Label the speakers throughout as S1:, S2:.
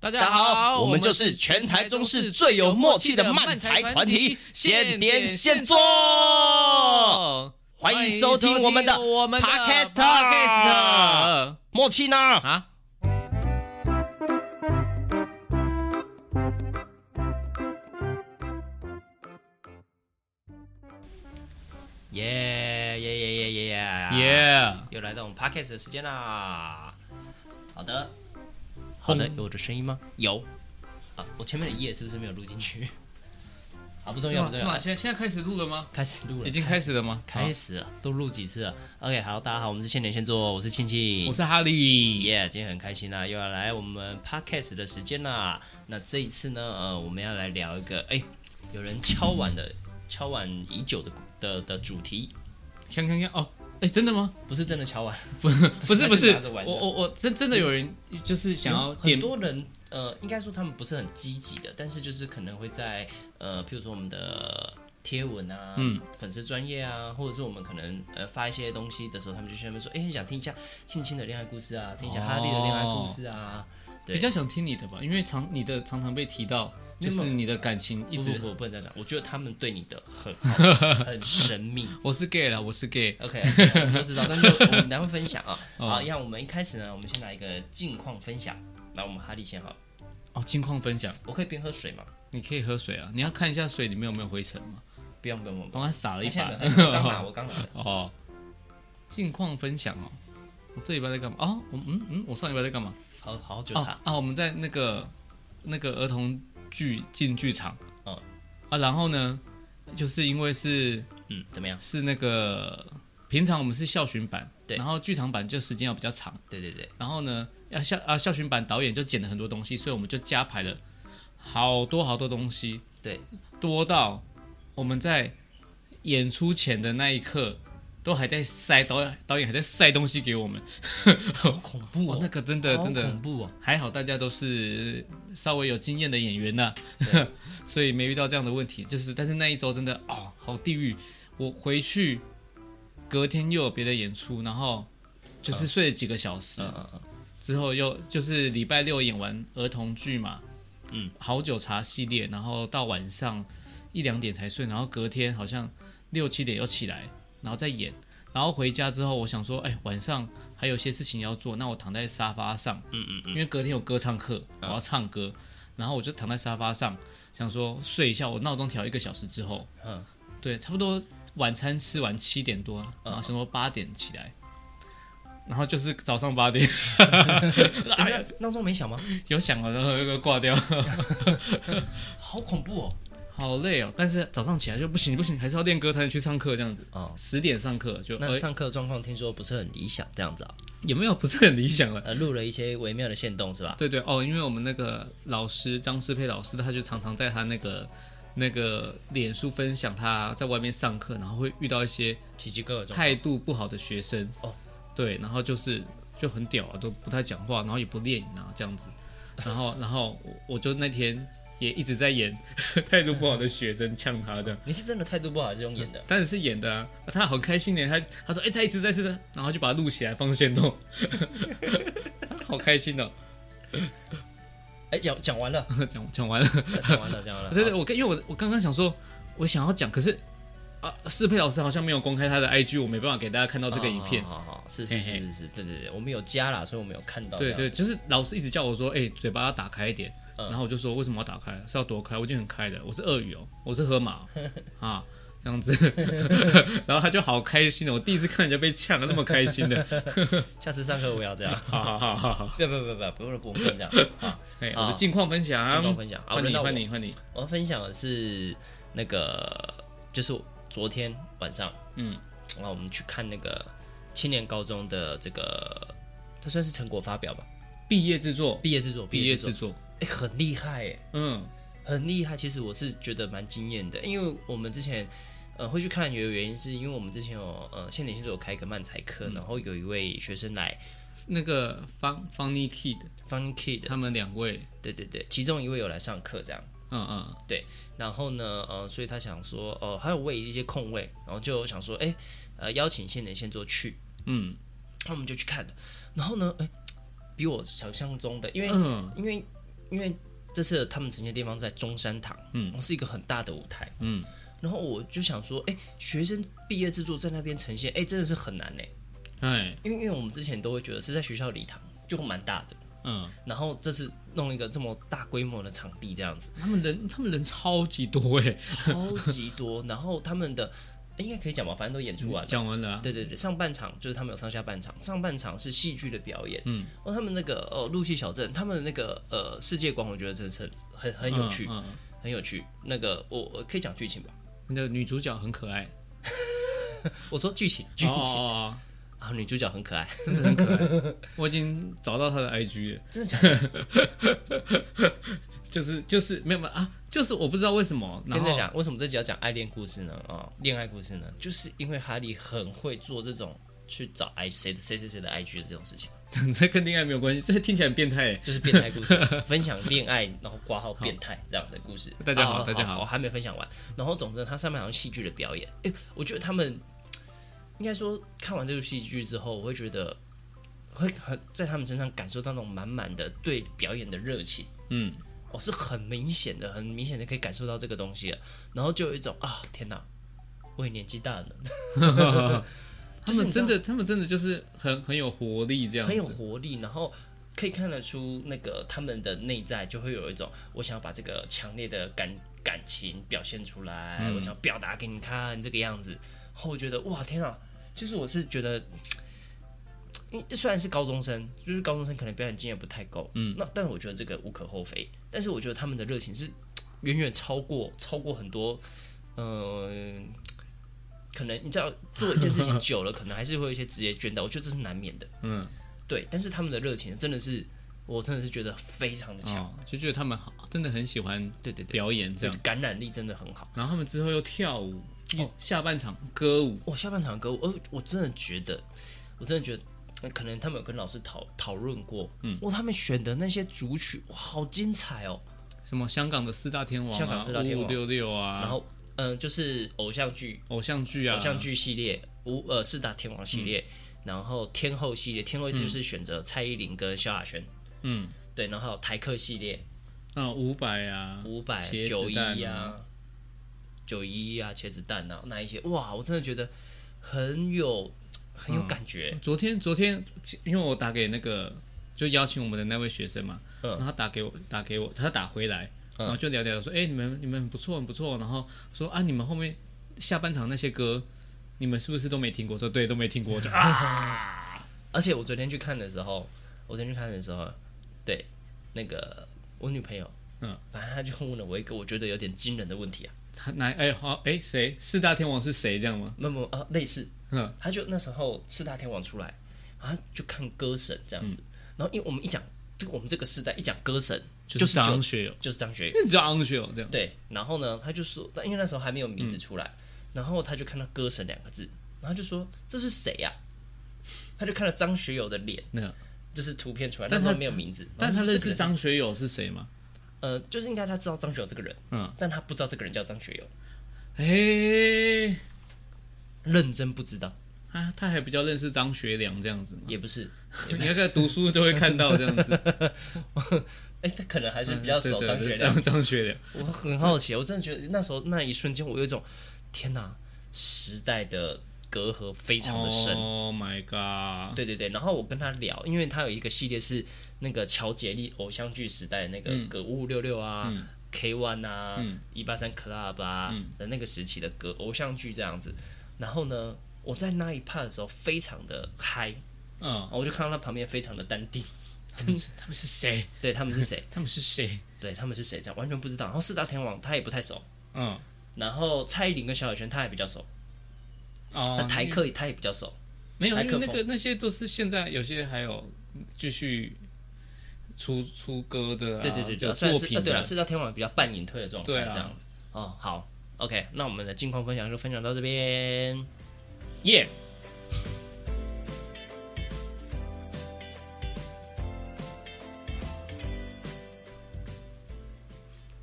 S1: 大
S2: 大家好，我们就是全台中市最有默契的漫才团体，现点现做。
S1: 哦
S2: 欢迎收听我们的
S1: 我们的
S2: Podcast
S1: Podcast
S2: 默契呢？
S1: 啊。
S2: 耶耶耶耶耶耶！
S1: 耶！
S2: 又来到我们 podcast 的时间啦。好的，好的，有我的声音吗？有。啊，我前面的页是不是没有录进去？ 好，不重要，不重
S1: 是吗？
S2: 要。
S1: 现在现在开始录了吗？
S2: 开始录了，
S1: 已经开始了吗？
S2: 开始了，都录几次了？OK，好，大家好，我们是现点现做，我是庆庆，
S1: 好，我是哈利。
S2: 耶今天很开心啊啦、又要来我们 podcast 的时间啦。那这一次呢，呃，我们要来聊一个，哎、有人敲碗的，敲碗已久的的的主题，
S1: 锵锵锵！哦，哎，真的吗？
S2: 不是真的敲碗，
S1: 不，不 是，不
S2: 是
S1: 是
S2: 拿着玩，的
S1: 我我我真真的有人就是想要
S2: 很
S1: 点
S2: 多人，呃，应该说他们不是很积极的，但是就是可能会在，呃，譬如说我们的。贴文啊，
S1: 嗯，
S2: 粉丝专业啊，或者是我们可能呃发一些东西的时候，他们就下面说，哎、很想听一下庆庆的恋爱故事啊，听一下哈利的恋爱故事啊，
S1: 哦
S2: 对
S1: 比较想听你的吧，因为常你的常常被提到，就是
S2: 没有
S1: 你的感情一
S2: 不
S1: 直
S2: 不不，不能这样讲。我觉得他们对你的 很好奇很神秘。
S1: 我是 gay 了，我是 gay。
S2: OK，我不知道，但是我们待会分享啊。
S1: 哦
S2: 好，让我们一开始呢，我们先来一个近况分享。来，我们哈利先好了，
S1: 哦，近况分享，
S2: 我可以边喝水吗？
S1: 你可以喝水啊，你要看一下水里面有没有灰尘吗？
S2: 不用不用不用，
S1: 我刚才撒了一
S2: 现在
S1: 把
S2: 没。有我刚 拿，我刚拿的。
S1: 哦，近况分享哦。我这礼拜在干嘛？哦，我嗯嗯，我上礼拜在干嘛？
S2: 好好酒
S1: 哦
S2: 茶，
S1: 啊，我们在那个那个儿童剧进剧场。
S2: 哦
S1: 啊，然后呢，就是因为是
S2: 嗯，怎么样？
S1: 是那个平常我们是校巡版，
S2: 对
S1: 然后剧场版就时间要比较长，
S2: 对对对，
S1: 然后呢，要校啊校巡版导演就剪了很多东西，所以我们就加排了好多好多东西，
S2: 对，
S1: 多到我们在演出前的那一刻都还在塞导演导演还在塞东西给我们，
S2: 好恐怖
S1: 哇，那个真的真的
S2: 哦恐怖哦。
S1: 还好大家都是稍微有经验的演员呐、 所以没遇到这样的问题。就是，但是那一周真的哦，好地狱！我回去隔天又有别的演出，然后就是睡了几个小时，
S2: 嗯嗯嗯，
S1: 之后又就是礼拜六演完儿童剧嘛，
S2: 嗯，
S1: 好酒茶系列，然后到晚上一两点才睡，然后隔天好像六七点又起来，然后再演，然后回家之后我想说，哎，晚上还有些事情要做，那我躺在沙发上，嗯嗯因为隔天有歌唱课，我
S2: 嗯
S1: 要唱歌，然后我就躺在沙发上想说睡一下，我闹钟调一个小时之后，
S2: 嗯，
S1: 对，差不多晚餐吃完七点多，然
S2: 嗯
S1: 后想说八点起来。然后就是早上八点，
S2: 等一下闹钟没响吗？
S1: 有想了，然后又挂掉，
S2: 好恐怖哦。
S1: 好累哦。但是早上起来就不行不行，还是要练歌才能去上课这样子。
S2: 哦，
S1: 十点上课就
S2: 那
S1: 呃
S2: 上课的状况听说不是很理想，这样子啊？
S1: 也没有不是很理想了。
S2: 呃，录了一些微妙的线动是吧？
S1: 对对哦，因为我们那个老师张世佩老师，他就常常在他那个那个脸书分享他在外面上课，然后会遇到一些
S2: 奇奇怪怪的状况。
S1: 态度不好的学生
S2: 哦，
S1: 对，然后就是就很屌啊，都不太讲话，然后也不练啊这样子，然后然后我我就那天也一直在演 态度不好的学生呛他的，
S2: 你是真的态度不好，还是用演的？
S1: 当然是演的啊，他好开心的，他他说哎、再一次再一次，然后就把它录起来放线动， 他好开心哦，
S2: 哎，讲讲完了，
S1: 讲讲完了，
S2: 讲完了，讲完了。
S1: 啊对对，
S2: 好
S1: 我跟因为我我刚刚想说我想要讲，可是啊适配老师好像没有公开他的 IG，我没办法给大家看到这个影片。
S2: 好好好，是是
S1: 嘿嘿
S2: 是是是，对对对，我们有加啦，所以我们有看到。
S1: 对，对，就是老师一直叫我说，哎、嘴巴要打开一点，
S2: 啊嗯
S1: 然后我就说为什么要打开？是要多开？我已经很开的，我是鳄鱼哦，我是河 马哦啊，这样子， 然后他就好开心哦，我第一次看人家被呛得那么开心的，。
S2: 下次上课我也要这样
S1: 好好好好好，
S2: 不要不要不要不要，不用不用这样啊！
S1: 哎、
S2: 啊
S1: 我的近况分
S2: 跟
S1: 享，
S2: 我分享，好
S1: 换
S2: 轮
S1: 你
S2: 到我
S1: 换，你换你，
S2: 我要分享的是那个，就是昨天晚上，
S1: 嗯，
S2: 然后我们去看那个青年高中的这个，它算是成果发表吧，
S1: 毕业制作，
S2: 毕业制作，
S1: 毕业
S2: 业
S1: 制
S2: 作，
S1: 作，
S2: 哎，很厉害哎，
S1: 嗯，
S2: 很厉害，其实我是觉得蛮惊艳的，因为我们之前呃会去看，有一个原因是因为我们之前有呃现点现做有开一个漫才
S1: 嗯
S2: 课，然后有一位学生来
S1: 那个方方 y Kid
S2: Fun Kid，
S1: 他们两位，
S2: 对对对，其中一位有来上课这样，
S1: 嗯嗯，
S2: 然后呢呃所以他想说哦、还有位一些空位，然后就想说哎呃邀请现点现做去，
S1: 嗯
S2: 那我们就去看了，然后呢哎比我想象中的，因为、
S1: 嗯，
S2: 因为因为这次他们呈现的地方在中山堂，嗯，是一个很大的舞台，
S1: 嗯，
S2: 然后我就想说，哎、学生毕业制作在那边呈现，哎、真的是很难哎、
S1: 哎，
S2: 因为因为我们之前都会觉得是在学校礼堂就蛮大的，
S1: 嗯，
S2: 然后这次弄一个这么大规模的场地这样子，
S1: 他们人他们人超级多哎，
S2: 超级多， 然后他们的、哎应该可以讲吧，反正都演出完了。
S1: 讲完了啊、
S2: 对对对，上半场就是他们有上下半场，上半场是戏剧的表演，嗯，哦，他们那个呃陆戏小镇，他们的那个呃世界观，我觉得真的是很很有趣，
S1: 嗯，嗯
S2: 很有趣。那个我我可以讲剧情吧？
S1: 那个女主角很可 爱，
S2: 我说剧情剧情、
S1: 哦哦哦哦
S2: 啊，女主角很可爱，
S1: 真的很可爱，我已经找到她的 IG 了，
S2: 真的假的？
S1: 就是就是没有没有啊，就是我不知道为什么，然
S2: 跟
S1: 后
S2: 大家讲，为什么这集要讲爱恋故事呢？啊、恋爱故事呢，就是因为哈利很会做这种去找 i 谁谁谁谁的 IG 的这种事情，
S1: 这跟恋爱没有关系，这听起来很变态欸，
S2: 就是变态故事，分享恋爱，然后挂号变态这样的故事。
S1: 大家好
S2: 啊
S1: 大家好
S2: 我还没分享完。然后总之，他上面好像戏剧的表演，哎、我觉得他们应该说看完这部戏剧之后，我会觉得会很在他们身上感受到那种满满的对表演的热情。
S1: 嗯，
S2: 哦，是很明显的，很明显的可以感受到这个东西了，然后就有一种啊，天哪，我也年纪大了，
S1: 他
S2: 就是
S1: 们
S2: 你知
S1: 真
S2: 道
S1: 的他们真的就是很很有活力这样
S2: 很有
S1: 子，
S2: 活力，然后可以看得出那个他们的内在就会有一种，我想要把这个强烈的感感情表现出来，
S1: 嗯
S2: 我想要表达给你看这个样子，然后我觉得哇，天哪，其实我是觉得。因为虽然是高中生，就是高中生可能表演经验不太够，嗯，那但是我觉得这个无可厚非。但是我觉得他们的热情是远远超过超过很多，嗯、可能你知道做一件 事情久了，可能还是会有一些职业倦怠，我觉得这是难免的，
S1: 嗯，
S2: 对。但是他们的热情真的是，我真的是觉得非常的强，
S1: 哦，就觉得他们好，真的很喜欢
S2: 对对对，
S1: 表演这
S2: 对哦
S1: 样，
S2: 感染力真的很好。
S1: 然后他们之后又跳舞，下半场歌舞，
S2: 哇，下半场的歌舞，呃，我真的觉得，我真的觉得。呃可能他们有跟老师讨讨论过，嗯，哇，他们选的那些组曲，哇，好精彩哦！
S1: 什么香港的四大天王
S2: 香港
S1: 啊
S2: 四大，天
S1: 五
S2: 王
S1: 五六六啊，
S2: 然后，嗯、就是偶像剧、
S1: 偶像剧啊，
S2: 偶像剧系列，五呃四大天王系列，然后天后系列，天后就是选择蔡依林跟萧亚轩，
S1: 嗯，
S2: 对，然后还有台客系列，
S1: 嗯，五百啊，
S2: 五百
S1: 茄
S2: 九
S1: 子蛋
S2: 一啊，九一啊，茄子蛋啊，那一些哇，我真的觉得很有很
S1: 嗯
S2: 有感觉，
S1: 昨天昨天，因为我打给那个就邀请我们的那位学生嘛，
S2: 嗯
S1: 然后他打给我打给我，他打回来，然后就聊聊说，哎、你们你们很不错很不错，然后说啊，你们后面下半场那些歌，你们是不是都没听过？我说对，都没听过，我
S2: 嗯
S1: 就啊，
S2: 而且我昨天去看的时候，我昨天去看的时候，对那个我女朋友，
S1: 嗯，
S2: 反正她就问了我一个我觉得有点惊人的问题啊，
S1: 他哪哎好哎谁四大天王是谁这样吗？
S2: 那么啊类似，
S1: 嗯，
S2: 他就那时候四大天王出来，然后就看歌神这
S1: 嗯
S2: 样子，然后因为我们一讲这个我们这个时代一讲歌神
S1: 就是
S2: 就
S1: 张学友，
S2: 就是张学友。哦
S1: 那只有张学友这样，
S2: 对，然后呢，他就说，那因为那时候还没有名字出来，
S1: 嗯
S2: 然后他就看到“歌神”两个字，然后就说这是谁呀、他就看了张学友的脸，
S1: 那
S2: 就是图片出来，
S1: 嗯但
S2: 那时候
S1: 他
S2: 没有名字，
S1: 但
S2: 然
S1: 他
S2: 后就
S1: 认
S2: 说这个
S1: 识
S2: 人是
S1: 张学友是谁吗？
S2: 呃，就是应该他知道张学友这个人，
S1: 嗯，
S2: 但他不知道这个人叫张学友，嗯
S1: 哎、
S2: 认真不知道，
S1: 啊，他还比较认识张学良这样 子吗？
S2: 也不是，
S1: 你要在读书就会看到这样子，
S2: 哎，他可能还是比较
S1: 嗯对对
S2: 熟哦张
S1: 对
S2: 学友。
S1: 张 张学良。
S2: 我很好奇，我真的觉得那时候那一瞬间，我有一种天哪，时代的隔阂非常的深。
S1: Oh my god！
S2: 对对对，然后我跟他聊，因为他有一个系列是那个乔杰利偶像剧时代的那个歌五五六六啊、K One 啊、一八三 Club 啊、的那个时期的歌偶像剧这样子。然后呢，我在那一 part 的时候非常的嗨，
S1: 嗯，
S2: 我就看到他旁边非常的淡定，
S1: 他们是他们是谁？
S2: 对他们是谁，
S1: 他们是谁？
S2: 对他们是谁这样完全不知道。然后四大天王他也不太熟，
S1: 嗯，
S2: 然后蔡依林跟萧亚轩他也比较熟，那
S1: 哦，
S2: 台客他也比较熟，
S1: 没有，
S2: 台
S1: 因为
S2: 客
S1: 那个那些都是现在有些还有继续出出歌的啊，
S2: 对对对对，
S1: 有
S2: 虽
S1: 作
S2: 然是
S1: 品
S2: 呃对
S1: 的
S2: 了，四大天王比较半隐退的状态
S1: 对啊
S2: 这样子。哦，好，OK，那我们的近况分享就分享到这边，
S1: 耶。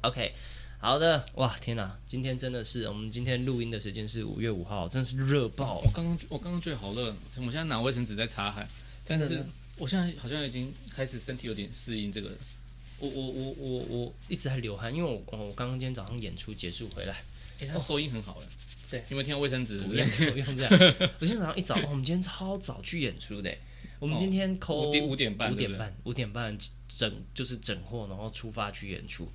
S2: OK。好的，哇，天哪！今天真的是，我们今天录音的时间是五月五号，真的是热爆
S1: 我，刚刚我刚刚觉得好热，我现在拿卫生纸在擦汗，但
S2: 真的
S1: 是我现在好像已经开始身体有点适应这个了。
S2: 我我我我我一直在流汗，因为我哦我刚刚今天早上演出结束回来，
S1: 哎，他收音很好哎。
S2: 哦对
S1: 有没有听到卫生纸？
S2: 不用不用这样， 我今天早上一早，哦我们今天超早去演出的，欸我们今天抠
S1: 哦五点五点半
S2: 五
S1: 对不
S2: 点半五点半整就是整货，然后出发去演出，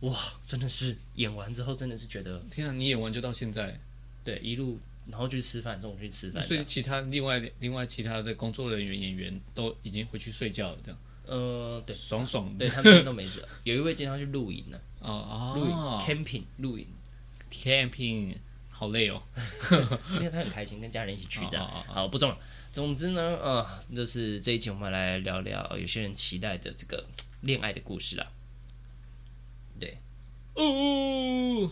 S2: 哇，真的是演完之后真的是觉得
S1: 天啊，你演完就到现在，
S2: 对一路，然后去吃饭，中午去吃
S1: 那
S2: 饭，
S1: 所以其他另外另外其他的工作人员演员都已经回去睡觉了，这样
S2: 呃，对
S1: 爽爽的
S2: 对，他们今天都没事， 有一位今天要去露营呢，啊
S1: 哦哦，
S2: 露营 camping 露营，
S1: camping 好累哦，
S2: 因为他很开心，跟家人一起去的。
S1: 哦哦
S2: 好，不重要。总之呢，呃，就是这一集我们来聊聊有些人期待的这个恋爱的故事啊啦。对，
S1: 哦，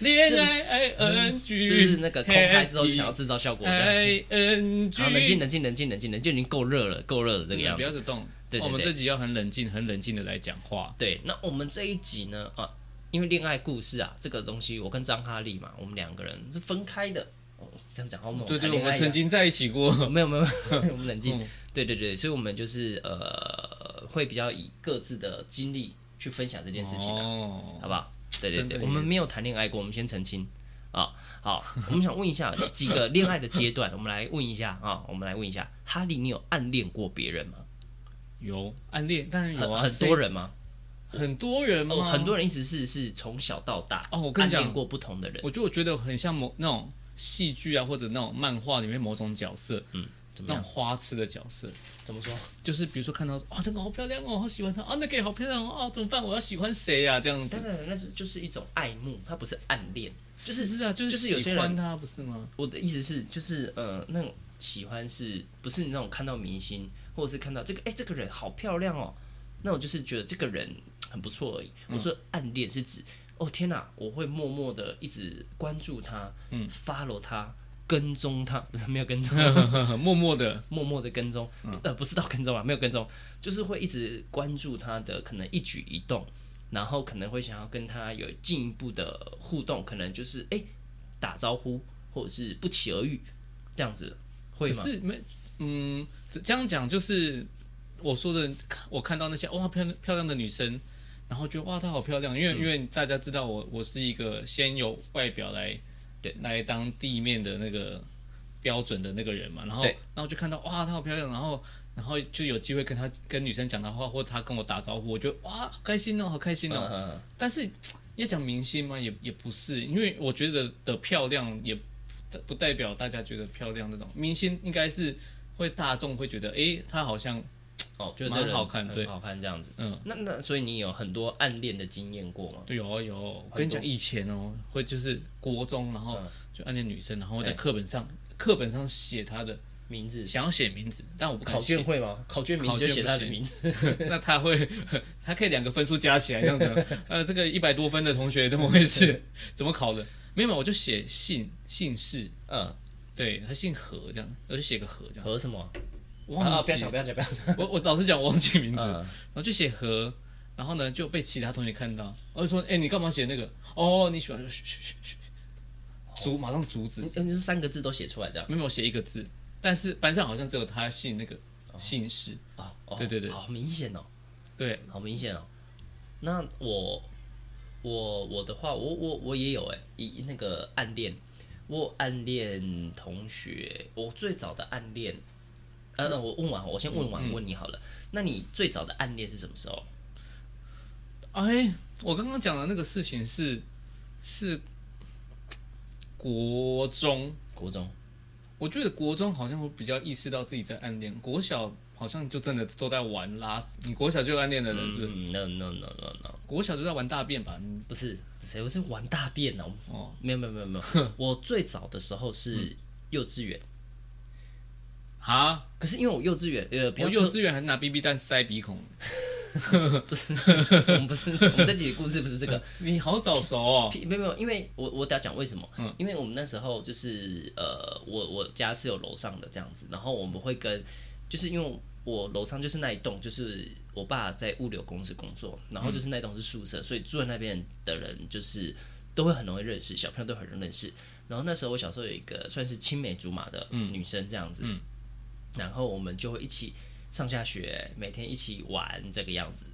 S1: 恋爱 ing
S2: 嗯是不是那个空拍之后就想要制造效果这样子？
S1: ing，
S2: 好，冷静，冷静，冷静，冷静，冷静，就已经够热了，够热了这个样
S1: 嗯不
S2: 子。
S1: 要只动。
S2: 对对对
S1: 我们这集要很冷静、很冷静的来讲话。
S2: 对，那我们这一集呢，啊，因为恋爱故事啊这个东西，我跟张哈利嘛，我们两个人是分开的。哦，这样讲好猛，
S1: 对对，
S2: 谈
S1: 我
S2: 恋爱
S1: 们
S2: 一
S1: 曾
S2: 样
S1: 经在一起过。
S2: 没有没有，没 有我们冷静
S1: 嗯。
S2: 对对对，所以我们就是呃，会比较以各自的经历去分享这件事情啊，
S1: 哦，
S2: 好不好？对对
S1: 真的
S2: 对，
S1: 耶
S2: 我们没有谈恋爱过，我们先澄清啊。好，我们想问一下几个恋爱的阶段，我们来问一下啊，我们来问一下，哈利，你有暗恋过别人吗？
S1: 有暗恋，当然有
S2: 很
S1: 啊，
S2: 很多人吗？
S1: 谁很多人
S2: 哦，
S1: 嘛，
S2: 很多人一直是是从小到大
S1: 哦我跟你讲
S2: 暗恋过不同的人，
S1: 我就觉得很像某那种戏剧啊，或者那种漫画里面某种角色，
S2: 嗯，怎么
S1: 那
S2: 样
S1: 种？花痴的角色，
S2: 怎么说？
S1: 就是比如说看到哇，这个好漂亮哦，好喜欢她啊，那个也好漂亮哦，啊，怎么办？我要喜欢谁啊？这样子
S2: 当，然，那是就是一种爱慕，它不是暗恋。
S1: 就是是啊，就
S2: 就是有
S1: 喜
S2: 些人
S1: 欢她，不是吗？
S2: 我的意思是，就是呃，那种喜欢是不是那种看到明星，或者是看到这个哎、这个人好漂亮哦，那我就是觉得这个人很不错而已。我说暗恋是指，哦天哪、我会默默的一直关注他，嗯，follow 他，跟踪他，不是没有跟踪，
S1: 默默的，
S2: 呃默默的跟踪，
S1: 嗯
S2: 呃，不是到跟踪啊，没有跟踪，就是会一直关注他的可能一举一动，然后可能会想要跟他有进一步的互动，可能就是哎、诶打招呼，或者是不期而遇这样子，会
S1: 可
S2: 吗？
S1: 是没，嗯，这这样讲就是我说的，我看到那些哇漂亮漂亮的女生。然后觉得哇，她好漂亮，
S2: 嗯
S1: 因为、因为大家知道我我是一个先有外表来
S2: 对
S1: 来当地面的那个标准的那个人嘛，然后
S2: 对
S1: 然后就看到哇，她好漂亮，然后然后就有机会跟她跟女生讲的话，或她跟我打招呼，我觉得哇，好开心哦，好开心
S2: 嗯
S1: 哦。
S2: 嗯嗯
S1: 但是要讲明星嘛，也也不是，因为我觉得的漂亮也不不代表大家觉得漂亮那种，明星应该是会大众会觉得，诶，她好像
S2: 哦，觉得这个人
S1: 蛮好看
S2: 很
S1: 对
S2: 好看这样子。
S1: 嗯，
S2: 那那所以你有很多暗恋的经验过吗？
S1: 对有哦有哦，我跟你讲，以前哦，会就是国中，然后
S2: 嗯
S1: 就暗恋女生，然后在课本上
S2: 哎
S1: 课本上写她的，
S2: 名字
S1: 想要写名字，但我不敢
S2: 考
S1: 写
S2: 卷，会吗？考卷名
S1: 考
S2: 字就
S1: 卷
S2: 写
S1: 不
S2: 他的
S1: 行
S2: 名字，
S1: 那她会，她可以两个分数加起来这样 子，呃，这个一百多分的同学怎么回事？ 怎么考的？没有，没有我就写姓姓氏，
S2: 嗯，
S1: 对他姓何这样，我就写个何这样，
S2: 和什么？
S1: 我
S2: 啊，
S1: 忘
S2: 不
S1: 记
S2: 要讲，不要讲，不要 讲。
S1: 我我老实讲，我忘记名字，
S2: 嗯，
S1: 然后就写何，然后呢就被其他同学看到，我就说，哎、你干嘛写那个？哦，你喜欢，嘘嘘嘘嘘，阻马上阻止
S2: 你，你是三个字都写出来这样。
S1: 没有我写一个字，但是班上好像只有他姓那个姓氏，
S2: 哦，哦
S1: 对对对
S2: 好明显哦，
S1: 对，
S2: 好明显哦。那我我我的话，我我我也有哎、一那个暗恋，我有暗恋同学，我最早的暗恋，呃，那我问完，我先问完、
S1: 嗯
S2: 问你好了，那你最早的暗恋是什么时候？
S1: 哎，我刚刚讲的那个事情是是国中，
S2: 国中，
S1: 我觉得国中好像会比较意识到自己在暗恋，国小好像就真的都在玩拉屎，你国小就暗恋的人是不是。
S2: 嗯，no no no no no，
S1: 国小就在玩大便吧？嗯
S2: 不是，谁是玩大便呢、
S1: 哦，嗯
S2: 没有没有没有没有，我最早的时候是幼稚园，
S1: 哈，
S2: 可是因为我幼稚园呃比
S1: 我
S2: 较
S1: 哦幼
S2: 特
S1: 稚园还拿 BB 弹塞鼻孔，
S2: 不是， 我们不是我们这几个故事不是这个，
S1: 你好早熟哦。
S2: 屁没有没有，因为我我等下讲为什么？因为我们那时候就是呃，我我家是有楼上的这样子，然后我们会跟，就是因为我楼上就是那一栋，就是我爸在物流公司工作，然后就是那一栋是宿舍，所以住在那边的人就是都会很容易认识，小朋友都很容易认识。然后那时候我小时候有一个算是青梅竹马的女生这样子，然后我们就会一起上下学，每天一起玩这个样子。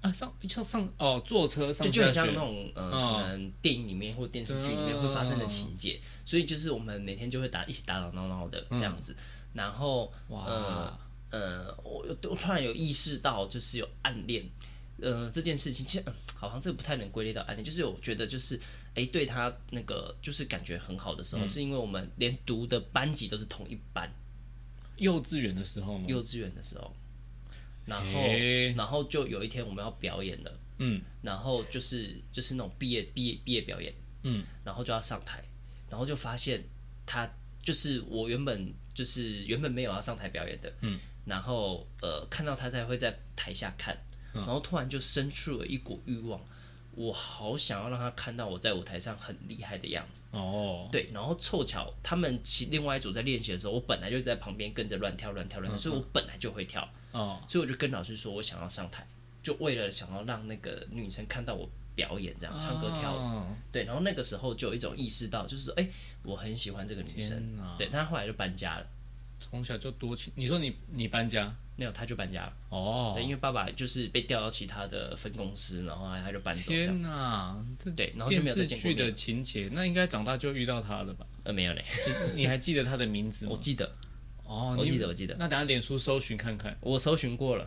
S1: 啊，上上上哦，坐车上
S2: 就就很
S1: 下
S2: 像
S1: 学
S2: 那种
S1: 嗯
S2: 呃，可能电影里面或电视剧里面会发生的情节，所以就是我们每天就会打一起打打闹闹的这样子，然后
S1: 嗯哇、
S2: 呃呃，我有我突然有意识到就是有暗恋，呃这件事情，其实、嗯好像这个不太能归类到暗恋，就是我觉得就是哎、对他那个就是感觉很好的
S1: 嗯
S2: 时候，是因为我们连读的班级都是同一班，
S1: 幼稚园的时候吗？
S2: 幼稚园的时候，然后、
S1: 诶
S2: 然后就有一天我们要表演了。
S1: 嗯，
S2: 然后就是就是那种毕业毕业毕业表演，
S1: 嗯，
S2: 然后就要上台，然后就发现他就是我原本就是原本没有要上台表演的，嗯，然后呃看到他才会在台下看，
S1: 嗯
S2: 然后突然就生出了一股欲望，我好想要让他看到我在舞台上很厉害的样子，
S1: 哦，
S2: 对，然后凑巧他们其另外一组在练习的时候，我本来就在旁边跟着乱跳乱跳
S1: 嗯
S2: 乱跳，所以我本来就会跳，
S1: 哦，
S2: 所以我就跟老师说我想要上台，就为了想要让那个女生看到我表演，这样唱歌跳舞。
S1: 舞，
S2: 对，然后那个时候就有一种意识到，就是说，哎、我很喜欢这个女生。
S1: 天哪！
S2: 对，但她后来就搬家了，
S1: 从小就多情。你说你你搬家
S2: 没有，她就搬家了。
S1: 哦
S2: 对，？因为爸爸就是被调到其他的分公司，然后她就搬走这样。
S1: 天哪！这
S2: 对，然后就
S1: 电
S2: 没有再
S1: 视
S2: 见
S1: 剧
S2: 过面。
S1: 的情节，那应该长大就遇到他了 吧？
S2: 呃，没有嘞，
S1: 你你还记得他的名字吗
S2: 我？记得，
S1: 哦，
S2: 我
S1: 你
S2: 记得，我记得，
S1: 那等下脸书搜寻看看，
S2: 我搜寻过了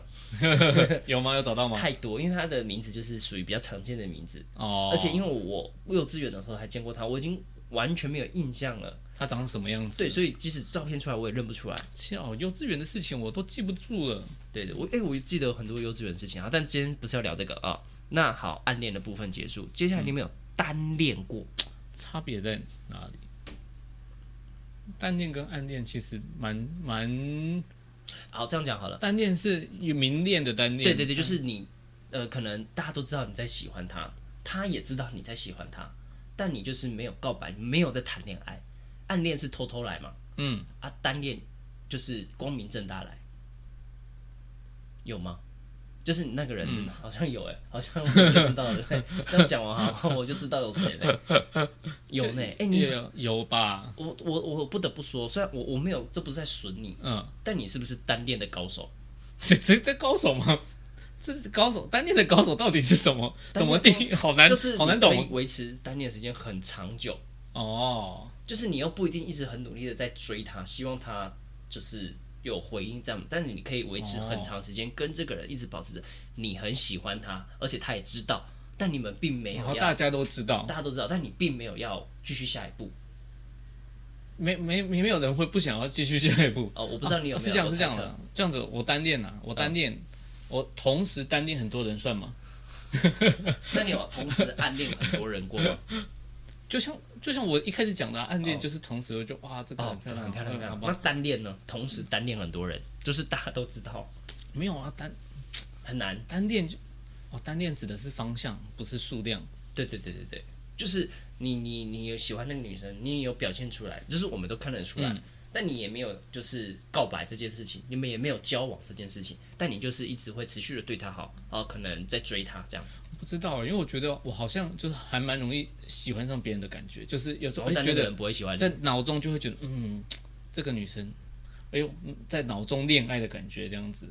S1: 有吗？有找到吗？
S2: 太多，因为她的名字就是属于比较常见的名字，
S1: 哦，
S2: 而且因为我幼稚园的时候还见过她，我已经完全没有印象了。
S1: 他长什么样子？
S2: 对，所以即使照片出来，我也认不出来。
S1: 切，哦，幼稚园的事情我都记不住了。
S2: 对的，我哎、我记得有很多幼稚园的事情啊，但今天不是要聊这个啊、那好，暗恋的部分结束，接下来你有没有单恋过？
S1: 差别在哪里？单恋跟暗恋其实蛮蛮，
S2: 好，这样讲好了。嗯
S1: 单恋是有明恋的单恋，
S2: 对对对，就是你，呃，可能大家都知道你在喜欢他，他也知道你在喜欢他，但你就是没有告白，没有在谈恋爱。暗恋是偷偷来嘛，
S1: 嗯，
S2: 啊，单恋就是光明正大来，有吗？就是你那个人真的
S1: 嗯
S2: 好像有哎、好像我就知道了。 这样讲完好像我就知道有谁嘞，有呢哎、你
S1: 有有吧？
S2: 我我我不得不说，虽然我我没有，这不是在损你，
S1: 嗯，
S2: 但你是不是单恋的高手？
S1: 这这这高手吗？这是高手单恋的高手到底是什么？怎么定义？好难，
S2: 哦就是
S1: 好难
S2: 你可
S1: 懂
S2: 以维持单恋时间很长久，
S1: 哦。
S2: 就是你又不一定一直很努力的在追他，希望他就是有回应这样，但是你可以维持很长时间跟这个人一直保持着你很喜欢他，而且他也知道，但你们并没
S1: 然
S2: 有
S1: 后
S2: 要
S1: 大家都知道，
S2: 哦大家都知道，但你并没有要继续下一步。
S1: 没没没没有人会不想要继续下一步。
S2: 哦，我不知道你有
S1: 哦
S2: 没有、
S1: 是这样
S2: 我
S1: 是这样
S2: 猜测
S1: 的，这样子我单恋啊，我单恋，我同时单恋很多人算吗？
S2: 那你有同时暗恋很多人过吗？
S1: 就像就像我一开始讲的啊、暗恋
S2: 哦
S1: 就是同时我就哇，这个
S2: 哦
S1: 很，漂亮，
S2: 很漂亮，
S1: 嗯
S2: 很漂亮。
S1: 好不
S2: 那
S1: 好
S2: 单恋呢？同时单恋很多人，就是大家都知道
S1: 没有啊，单
S2: 很难。
S1: 单恋就哦，单恋指的是方向，不是数量。
S2: 对对对对对，就是你你你有喜欢那个女生，你也有表现出来，就是我们都看得出来，
S1: 嗯
S2: 但你也没有就是告白这件事情，你们也没有交往这件事情，但你就是一直会持续的对她好，哦，可能在追她这样子，
S1: 不知道，因为我觉得我好像就是还蛮容易喜欢上别人的感觉，就是有时候
S2: 然后
S1: 哎、
S2: 但
S1: 觉
S2: 那
S1: 得
S2: 个哦人不会喜欢你
S1: 在。脑中就会觉得嗯，这个女生，哎呦，嗯在脑中恋爱的感觉这样子。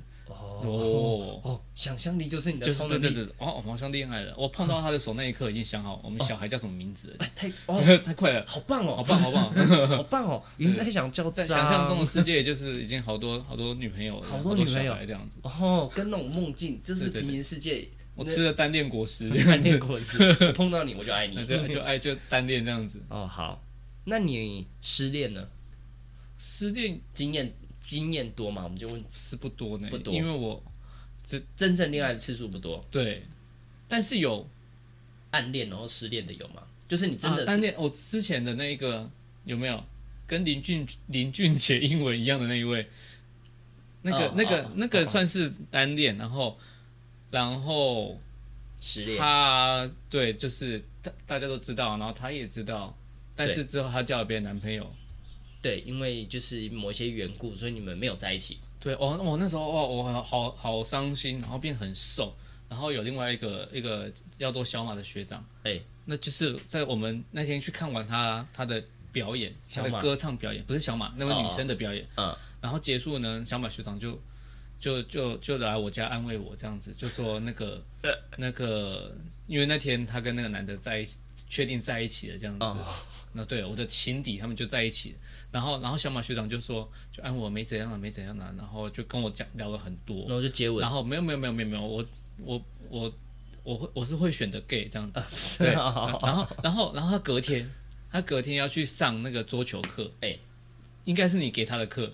S2: 哦哦，想象力就是你的
S1: 就是
S2: 超
S1: 对
S2: 能
S1: 对
S2: 力，哦
S1: 对，哦，我好像恋爱了。我碰到她的手那一刻已经想好我们小孩叫什么名字了，
S2: 哎，太哦，
S1: 太快了，
S2: 好棒
S1: 好
S2: 哦，
S1: 棒好棒！
S2: 好棒哦，你是在想叫
S1: 在
S2: 在
S1: 想象中的世界，就是已经好多好多女朋友了，
S2: 好
S1: 多
S2: 多女朋友
S1: 小孩这样子。
S2: 哦，跟那种梦境，就是
S1: 对对对
S2: 平行世界
S1: 我吃了单恋果 实，
S2: 暗恋过一次， 我碰到你我就爱你。
S1: 就就爱就单恋这样 子。
S2: 哦，好，那你失恋呢？
S1: 失恋
S2: 经验经验多吗？我们就问，
S1: 是不多呢，
S2: 不多
S1: 因为我
S2: 真正恋爱的次数不多，
S1: 对，但是有
S2: 暗恋然后失恋的有吗？就是你真
S1: 啊
S2: 的
S1: 单
S2: 是
S1: 恋。我之前的那一个有没有跟林俊林俊杰英文一样的那一位？那个、
S2: 哦
S1: 那个、
S2: 哦
S1: 那
S2: 哦
S1: 个
S2: 哦
S1: 算是单恋，然后然后
S2: 失恋，
S1: 他对，就是大大家都知道，然后他也知道，但是之后他交了别人男朋友。
S2: 对，因为就是某一些缘故，所以你们没有在一起。
S1: 对，我、我那时候哇，我好好好伤心，然后变很瘦，然后有另外一个一个叫做小马的学长，
S2: 哎
S1: 那就是在我们那天去看完他他的表演，他
S2: 小马
S1: 的歌唱表演，不是小马那位
S2: 哦
S1: 女生的表演，
S2: 嗯
S1: 然后结束呢，小马学长就就就就来我家安慰我这样子，就说那个 那个，因为那天他跟那个男的在一起，确定在一起了这样子。
S2: 哦
S1: 那对我的情敌他们就在一起了，然后然后小马学长就说就安我没怎样啊没怎样啊，然后就跟我讲聊了很多
S2: 然，后就接吻
S1: 然后没有没有没有没有没有，我我我我会我是会选的 gay 这样子，
S2: 是
S1: 对，然
S2: 啊，
S1: 后然后然后他隔天他隔天要去上那个桌球课，
S2: 哎
S1: 应该是你给他的课，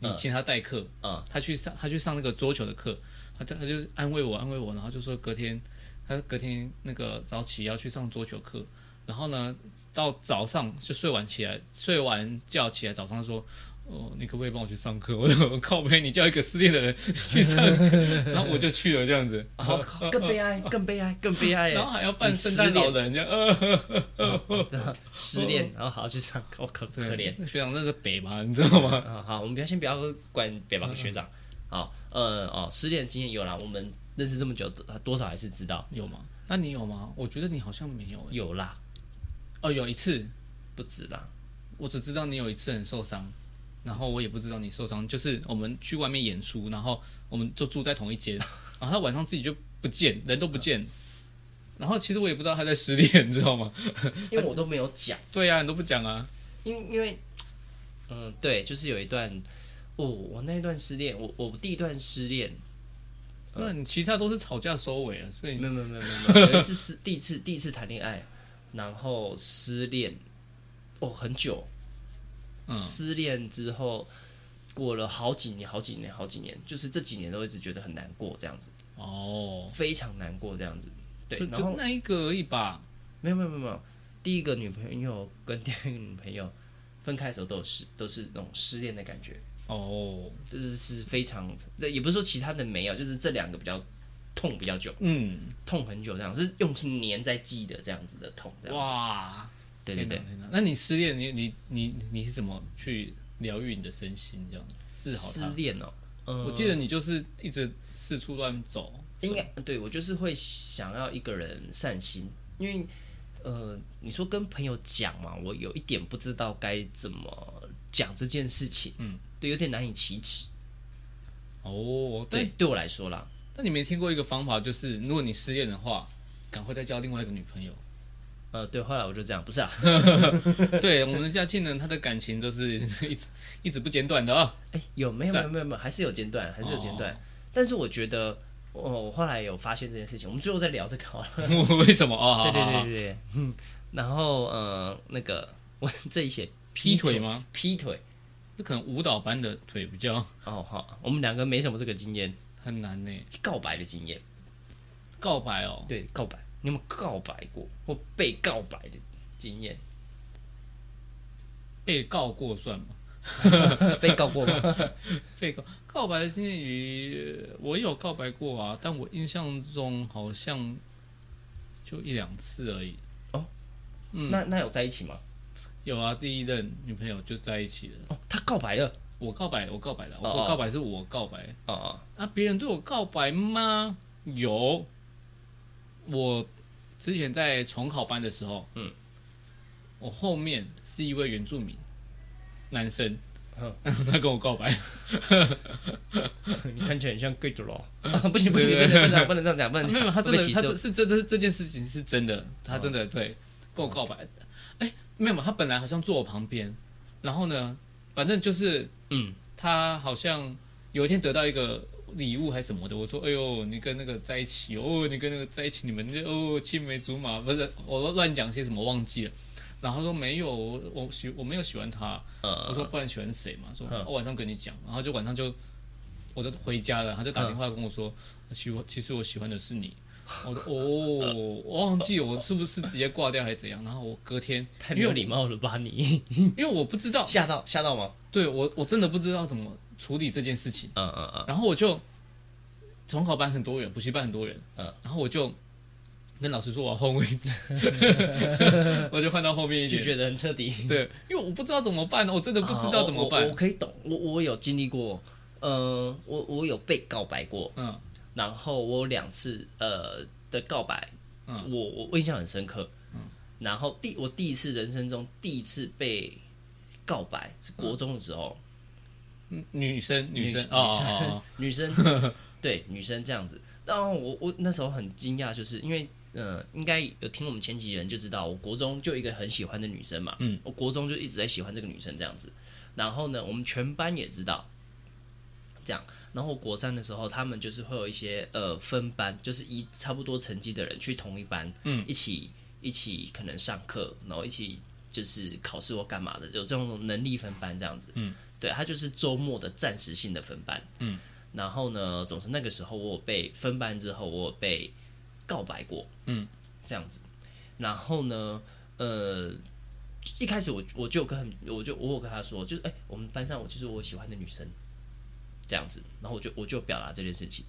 S1: 你
S2: 嗯
S1: 请他代课，
S2: 嗯
S1: 他去上他去上那个桌球的课，他就他就安慰我安慰我，然后就说隔天他隔天那个早起要去上桌球课，然后呢到早上就睡晚起来，睡完觉起来早上说。哦，你可不可以帮我去上课？ 我说靠背，你叫一个失恋的人去上，然后我就去了这样子，然后
S2: 好，更悲哀，更悲哀，更悲哀
S1: 然后
S2: 哎！
S1: 还要扮圣诞老人这样，呃，
S2: 失恋，然后好好去上课，我可可
S1: 对
S2: 怜。。
S1: 那学长那是北嘛，你知道吗？
S2: 啊，好，我们不要先不要管北方学长。好，呃，哦，失恋经验有啦，我们认识这么久，多多少还是知道
S1: 有吗？那你有吗？我觉得你好像没有欸。
S2: 有啦，
S1: 哦，有一次，
S2: 不止啦。
S1: 我只知道你有一次很受伤，然后我也不知道你受伤，就是我们去外面演出，然后我们就住在同一 间，然后他晚上自己就不见，人都不见。然后其实我也不知道他在失恋，你知道吗？
S2: 因为我啊都没有讲，
S1: 对呀、你都不讲啊。
S2: 因因为，嗯，对，就是有一段，哦，我那一段失恋，我我第一段失恋，呃
S1: 那你其他都是吵架收尾啊，所以
S2: 没有没有没有没有没有，是是第一次第一次谈恋爱，然后失恋，哦，很久，
S1: 嗯
S2: 失恋之后过了好几年，好几年，好几年，就是这几年都一直觉得很难过，这样子，
S1: 哦，
S2: 非常难过，这样子。对
S1: 就，
S2: 然后
S1: 就那一个而已吧。
S2: 没有没有没有没有，第一个女朋友跟 第二个女朋友分开的时候都有失，都是那种失恋的感觉，
S1: 哦，
S2: 就是是非常，这也不是说其他的没有，就是这两个比较痛比较久，
S1: 嗯，
S2: 痛很久这样，是用是粘在记忆的这样子的痛，这样子。
S1: 哇，
S2: 对对对
S1: 天。哪，天哪那你失恋，你你你你是怎么去疗愈你的身心，这样子治好
S2: 失
S1: 它？
S2: 恋哦，嗯，
S1: 我记得你就是一直四处乱走，
S2: 应该对我就是会想要一个人散心，因为呃，你说跟朋友讲嘛，我有一点不知道该怎么讲这件事情，嗯，对，有点难以启齿，
S1: 哦，
S2: 对
S1: 对，，
S2: 对我来说啦，
S1: 那你没听过一个方法，就是如果你失恋的话，赶快再交另外一个女朋友。
S2: 呃，对，后来我就这样，不是啊，
S1: 对，我们的嘉庆呢，他的感情都是 一直一直不间断的啊。
S2: 哎，有没有没
S1: 散
S2: 有没有没有，还是有间断，还是有间断，
S1: 哦
S2: 但是我觉得，哦，我后来有发现这件事情，我们最后再聊这个好了，
S1: 为什么？哦，
S2: 对对
S1: 好好好
S2: 对对对， 嗯，然后呃，那个我这一写
S1: 劈腿吗？
S2: 劈腿，
S1: 那可能舞蹈班的腿比较
S2: 哦好，我们两个没什么这个经验，
S1: 很难呢。
S2: 告白的经验。
S1: 告白哦，
S2: 对，告白，你有没有告白过或被告白的 经验？
S1: 被告过算吗？
S2: 呃被告 过吗？
S1: 被告告白的经验于呃我有告白过啊，但我印象中好像就一两次而已。
S2: 那
S1: 嗯
S2: 那有在一起吗？
S1: 有啊，第一任女朋友就在一起了。
S2: 哦，他告白了。
S1: 我告白，我告白了。我
S2: 哦
S1: 说告白是我告白，
S2: 哦哦，
S1: 啊，别人对我告白吗？有，我之前在重考班的时候，
S2: 嗯，
S1: 我后面是一位原住民男生
S2: 嗯，
S1: 他跟我告白，
S2: 你看起来很像 gay 的咯。 哦不行不行不行，不能不能这样讲，不能这
S1: 没
S2: 样
S1: 有，他
S2: 讲，会哦
S1: 真
S2: 被
S1: 的，
S2: 歧
S1: 他
S2: 视
S1: 是是这这这件事情是真的，他真的对跟我告白，哎，没有，他本来好像坐我旁边，然后呢，反正就是
S2: 嗯，
S1: 他好像有一天得到一个礼物还是什么的，我说：“哎呦，你跟那个在一起哦，你跟那个在一起，你们就哦青梅竹马，不是我乱讲些什么忘记了。”然后他说没有，我我喜我没有喜欢他。
S2: 呃
S1: 我说不然喜欢谁嘛？说、
S2: 嗯
S1: 我晚上跟你讲，然后就晚上就我就回家了，他就打
S2: 嗯
S1: 电话跟我说，其我其实我喜欢的是你。我说哦，我忘记我是不是直接挂掉还是怎样？然后我隔天
S2: 太
S1: 因
S2: 没
S1: 为
S2: 有
S1: 我
S2: 礼貌了吧你？
S1: 因为我不知道，
S2: 吓到吓到吗？
S1: 对我我真的不知道怎么处理这件事情。
S2: 嗯嗯嗯，
S1: 然后我就重考班很多人，补习班很多人，
S2: 嗯
S1: 然后我就跟老师说我要换位置， 我就换到后面一
S2: 拒
S1: 点。
S2: 绝的很彻底。
S1: 对，因为我不知道怎么办，我真 的不知道怎么
S2: 啊我
S1: 办
S2: 我我。可以懂，我我有经历过，呃，我我有被告白过，
S1: 嗯，
S2: 然后我有两次呃的告白，
S1: 嗯
S2: 我我我印象很深刻。然后第我第一次人生中第一次被告白是国中的时候，
S1: 女生女生
S2: 女
S1: 哦哦
S2: 女生， 对女生这样子。然后我我那时候很惊讶，就是因为呃，应该有听我们前几人就知道，我国中就有一个很喜欢的女生嘛，嗯，我国中就一直在喜欢这个女生这样子。然后呢，我们全班也知道。这样，然后国三的时候，他们就是会有一些呃分班，就是以差不多成绩的人去同一班，嗯，一起一起可能上课，然后一起就是考试或干嘛的，有这种能力分班这样子，嗯，对，它就是周末的暂时性的分班，然后呢，总之那个时候我有被分班之后，我有被告白过，嗯，这样子。然后呢，呃，一开始我我就有跟很，我就我有跟他说，就是哎、我们班上我就是我喜欢的女生，这样子。然后我就我就表达这件事情。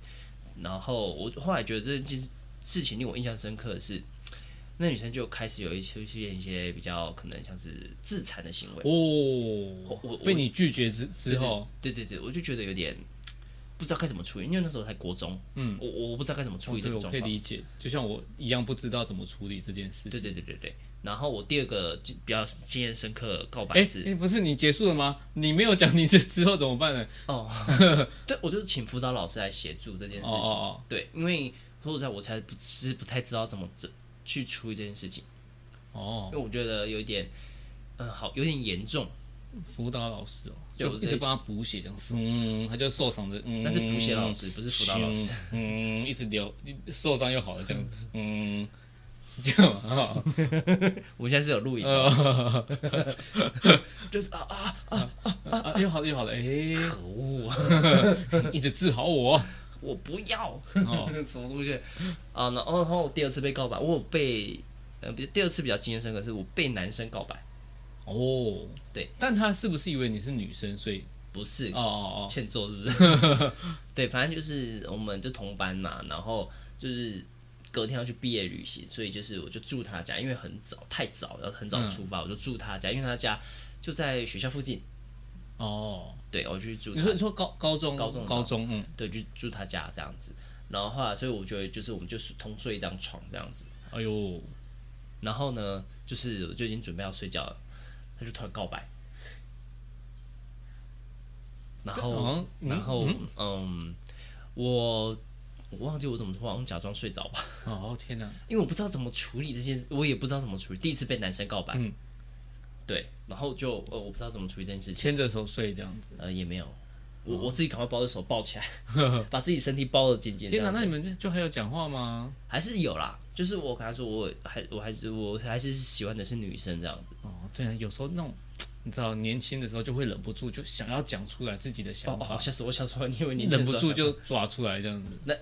S2: 然后我后来觉得这件事情令我印象深刻的是，那女生就开始有一些出现一些比较可能像是自残的行为。
S1: 哦
S2: 我
S1: 哦，被你拒绝之之后，
S2: 对对对，我就觉得有点不知道该怎么处理，因为那时候才国中，嗯，我我不知道该怎么处理这
S1: 哦对，
S2: 个
S1: 我
S2: 状
S1: 可以
S2: 况。
S1: 理解，就像我一样不知道怎么处理这件事
S2: 对
S1: 情。
S2: 对对对对。然后我第二个记比较经验深刻的告白
S1: 哎
S2: 是，
S1: 哎，不是你结束了吗？你没有讲你这之后怎么办呢？
S2: 对我就是请辅导老师来协助这件事
S1: 哦
S2: 情。
S1: 哦哦，
S2: 对，因为说实在，我才不其实不太知道怎么这去处理这件事情，
S1: 哦，
S2: 因为我觉得有一点，嗯、好，有点严重，
S1: 辅导老师哦，
S2: 对
S1: 就
S2: 我
S1: 一
S2: 在
S1: 直帮他补血，这样，嗯，他就受伤的，嗯，
S2: 但是补习老师不是辅导老师。
S1: 嗯，一直流，受伤又好了，这样，嗯，这样啊，
S2: 我现在是有录影，
S1: 呃，
S2: 就是啊啊，
S1: 啊，又好了又好了，哎，
S2: 可恶啊，
S1: 一直治好我，
S2: 我不 要。
S1: 哦，
S2: 什么东西啊？然后然后我第二次被告白，我有被呃，比第二次比较经验深刻是我被男生告白，
S1: 哦，
S2: 对，
S1: 但他是不是以为你是女生，所以，
S2: 不是
S1: 哦哦
S2: 欠揍是不是？ 对，反正就是我们就同班嘛，然后就是隔天要去毕业旅行，所以就是我就住他家，因为很早太早，要很早出发，我就住他家，因为他家就在学校附近，
S1: 哦，哦，
S2: 对我就去 住
S1: 你
S2: 他
S1: 说你说高高中
S2: 高中的时候
S1: 高中，嗯，
S2: 对，就住他家这样子。然后后来，所以我觉得就是我们就是同睡一张床这样子。
S1: 哎呦，
S2: 然后呢，就是我就已经准备要睡觉了，他就突然告白，然后，
S1: 好像
S2: 然后，嗯，我我忘记我怎么说，我好像假装睡着吧，
S1: 哦天哪，
S2: 因为我不知道怎么处理这件事，我也不知道怎么处理，第一次被男生告白，
S1: 嗯
S2: 对，然后就呃，我不知道怎么处理这件事情，
S1: 牵着手睡这样子，
S2: 呃，也没有。我我自己赶快把我的手抱 起来， 把自己身体包的紧紧。这
S1: 天
S2: 样
S1: 哪，
S2: 子。
S1: 那你们就还有讲话吗？
S2: 还是有啦，就是我跟他说，我还我还是我还是喜欢的是女生这样子。
S1: 哦，对啊，有时候那种，你知道，年轻的时候就会忍不住就想要讲出来自己的
S2: 哦
S1: 想法，
S2: 哦，吓死我！吓死我！你以为你
S1: 忍不
S2: 牵手
S1: 住
S2: 想
S1: 就抓出来这样子，
S2: 那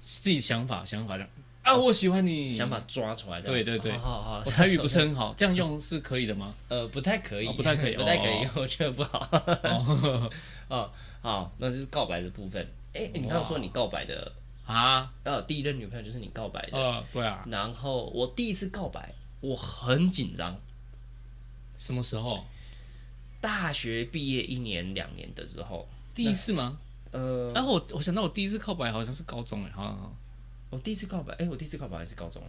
S1: 自己想法想法这样啊，我喜欢你，
S2: 想法抓出来这样。
S1: 对对对
S2: 好好好，
S1: 我台语不是
S2: 是
S1: 很 好，这样用是可以的吗？
S2: 呃不太可以
S1: 哦，不太可以
S2: 不太可以
S1: 哦，
S2: 我觉得不好。 哦，好，那就是告白的部分。哎，你刚刚说你告白的，
S1: 啊，
S2: 呃，第一任女朋友就是你告白的。
S1: 呃，对啊，
S2: 然后我第一次告白，我很紧张。
S1: 什么时候？
S2: 大学毕业一年两年的时候，
S1: 第一次吗？
S2: 呃，
S1: 然后我我想到我第一次告白好像是高中哎，好好好，
S2: 我第一次告白，哎，我第一次告白还是高中。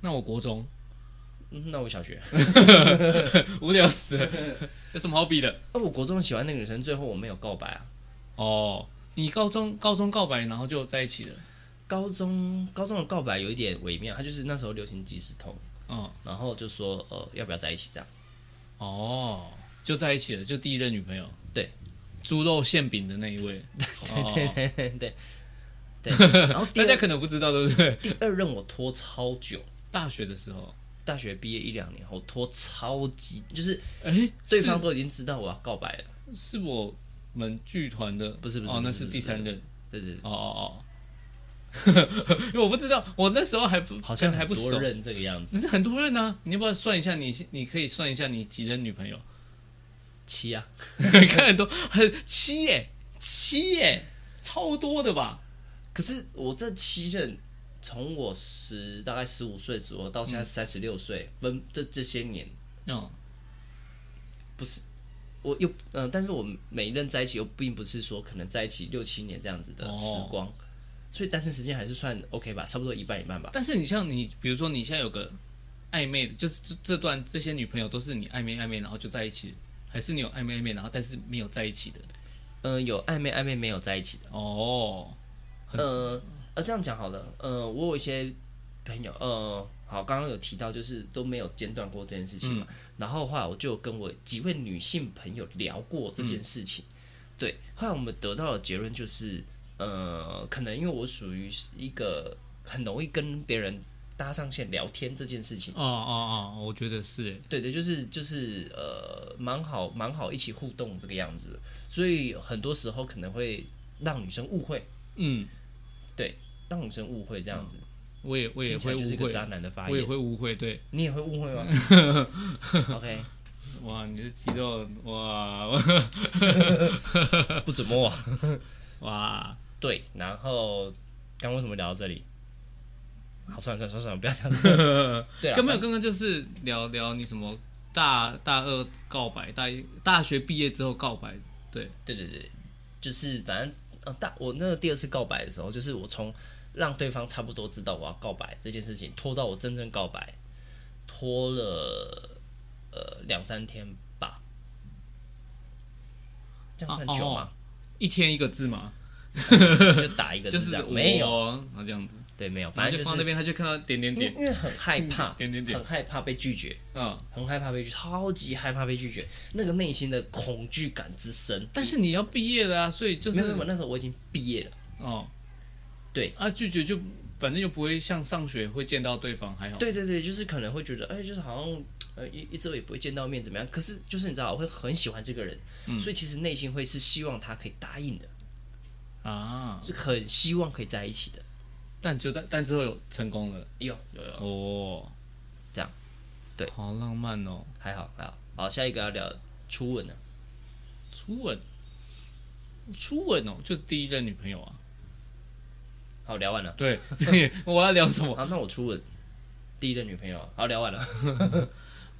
S1: 那我国中
S2: 嗯，那我小学，
S1: 无聊死了，有什么好比的？
S2: 哦，我国中喜欢那个女生，最后我没有告白啊。
S1: 哦，你高中高中告白，然后就在一起了，
S2: 高中高中的告白有一点微妙，他就是那时候流行即时通，
S1: 嗯，
S2: 然后就说呃要不要在一起这样。
S1: 哦，就在一起了，就第一任女朋友。
S2: 对，
S1: 猪肉馅饼的那一位。哦，
S2: 对 对对，然后第
S1: 大家
S2: 二
S1: 可能不知道，对不对？
S2: 第二任我拖超久，
S1: 大学的时候，
S2: 大学毕业一两年后拖超级，就是
S1: 哎，
S2: 对方都已经知道我要告白了。
S1: 是是我们剧团的，
S2: 不是不是
S1: 哦，
S2: 不
S1: 那
S2: 是
S1: 是
S2: 不是
S1: 第三任。
S2: 对对对，
S1: 哦哦 哦，因为我不知道，我那时候还不
S2: 好像
S1: 还不
S2: 很
S1: 熟
S2: 多，任这个样子，
S1: 只是很多人呢、你要不要算一下你？你可以算一下你几任女朋友？
S2: 七啊，
S1: 看很多，很七耶，七耶，超多的吧？
S2: 可是我这七任，从我十大概十五岁左右到现在三十六岁，分这这些年，
S1: 嗯，
S2: 不是，我又嗯、但是我每一任在一起又并不是说可能在一起六七年这样子的
S1: 哦
S2: 时光，所以单身时间还是算 OK 吧，差不多一半一半吧。
S1: 但是你像你，比如说你现在有个暧昧的，就是这这段这些女朋友都是你暧昧暧昧，然后就在一起，还是你有暧昧暧昧，然后但是没有在一起的？
S2: 呃，有暧昧暧昧没有在一起的。
S1: 哦，
S2: 呃呃，这样讲好了，呃，我有一些朋友，呃，好，刚刚有提到就是都没有间断过这件事情嘛，然后的话我就跟我几位女性朋友聊过这件事情，对，后来我们得到的结论就是，呃，可能因为我属于是一个很容易跟别人搭上线聊天这件事情。
S1: 哦哦哦，我觉得是欸，
S2: 对对，就是就是呃，蛮好蛮好一起互动这个样子，所以很多时候可能会让女生误会，
S1: 嗯，
S2: 让女生误会这样子。
S1: 我也我也
S2: 听起来
S1: 会误
S2: 就是一个渣
S1: 会，
S2: 男的发
S1: 我也
S2: 言，
S1: 会误会，对，
S2: 你也会 误会吗？OK，
S1: 哇，你的肌肉，哇
S2: 不准摸我。
S1: 哇，
S2: 对，然后刚为什么聊到这里？好，算了算了算了算了，不要讲这个。 对啊
S1: 刚
S2: 了，
S1: 没有，刚刚就是聊聊你什么大大二告白，大一大学毕业之后告白，对，
S2: 对对对，就是反正呃大我那个第二次告白的时候，就是我从让对方差不多知道我要告白这件事情，拖到我真正告白，拖了呃两三天吧。这样算
S1: 啊
S2: 久
S1: 哦
S2: 吗？
S1: 一天一个字嘛，
S2: 就打一个
S1: 就
S2: 字
S1: 是
S2: 这样，
S1: 我
S2: 没有，
S1: 然后这样子，
S2: 对，没有，
S1: 然
S2: 反
S1: 后
S2: 正
S1: 就
S2: 就
S1: 放
S2: 是
S1: 那边，他就看到点点点，
S2: 因为很害怕，
S1: 点点点
S2: 很害怕被拒绝，
S1: 嗯，
S2: 很害怕被拒，超级害怕被拒绝，那个内心的恐惧感之深。
S1: 但是你要毕业了啊，所以就
S2: 没
S1: 是
S2: 有没有没有，那时候我已经毕业了。
S1: 哦，
S2: 对
S1: 啊，拒绝就反正又不会像上学会见到对方，还好，
S2: 对对对，就是可能会觉得，哎，就是好像呃一一直也不会见到面怎么样？可是就是你知道，我会很喜欢这个人，
S1: 嗯
S2: 所以其实内心会是希望他可以答应的，
S1: 啊，
S2: 是很希望可以在一起的。
S1: 但就在但之后有成功了，
S2: 有有有，
S1: 哦，
S2: 这样，对
S1: 好浪漫哦，
S2: 还好还好。好，下一个要聊初吻了。
S1: 初吻，初吻哦，就是第一任女朋友啊，
S2: 好，聊完了。
S1: 对， 我要聊什么？
S2: 好，那我初吻第一任女朋友。好，聊完了。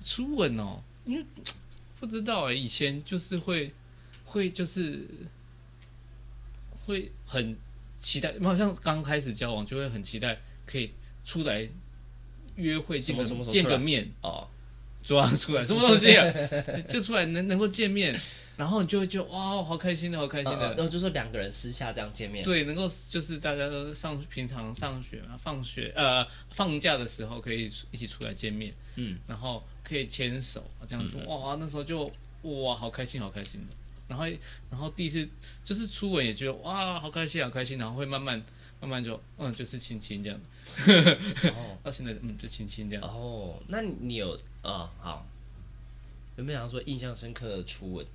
S1: 初吻哦，因为不知道哎、以前就是会会就是会很期待，好像刚开始交往就会很期待可以出来约会，见个
S2: 什么时候
S1: 见
S2: 出来
S1: 个面，
S2: 哦，
S1: 抓出来什么东西啊？ 就出来能能够见面，然后你就会觉得哇，好开心的，好开心
S2: 呃呃
S1: 的。
S2: 然后就是两个人私下这样见面。
S1: 对，能够就是大家都上平常上学啊，放学呃放假的时候可以一起出来见面，
S2: 嗯，
S1: 然后可以牵手啊这样做，哇，那时候就哇好开心好开心的，然后然后第一次就是初吻也觉得哇好开心好开心，然后会慢慢慢慢就嗯就是亲亲这样，
S2: 哦
S1: 到现在嗯就亲亲这样，
S2: 哦，那你你有呃好，有没有想说印象深刻的初吻？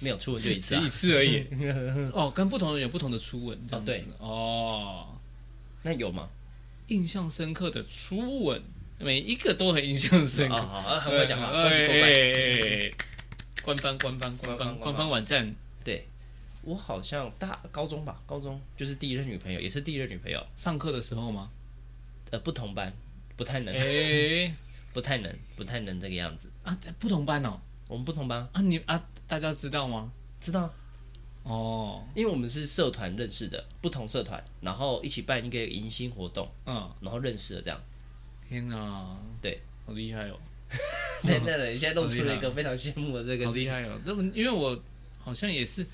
S2: 没有初吻就一次
S1: 只
S2: 啊
S1: 一。次而 已，哦，跟不同人有不同的初吻这样子，
S2: 哦对
S1: 哦
S2: 那有吗？
S1: 印象深刻的初吻，每一个都很印象深刻。
S2: 哦好，啊很会讲话，
S1: 哎
S2: 恭喜过关。
S1: 哎哎哎哎官方官方官
S2: 官
S1: 方
S2: 方
S1: 官方网站
S2: 对，我好像大高中吧，高中就是第一任女朋友，也是第一任女朋友，
S1: 上课的时候吗？
S2: 呃，不同班，不太能，
S1: 哎
S2: 不太能，不太能这个样子。
S1: 啊，不同班哦
S2: 我们不同班，
S1: 啊你啊，大家知道吗？
S2: 知道啊，
S1: 哦，
S2: 因为我们是社团认识的，不同社团，然后一起办一个迎新活动，
S1: 嗯，
S2: 然后认识的这样。
S1: 天哪，
S2: 对，
S1: 好厉害哦，
S2: 那那那你现在露出了一个非常羡慕的这个
S1: 好
S2: 事情
S1: 厉害哦。那么因为我好像也是，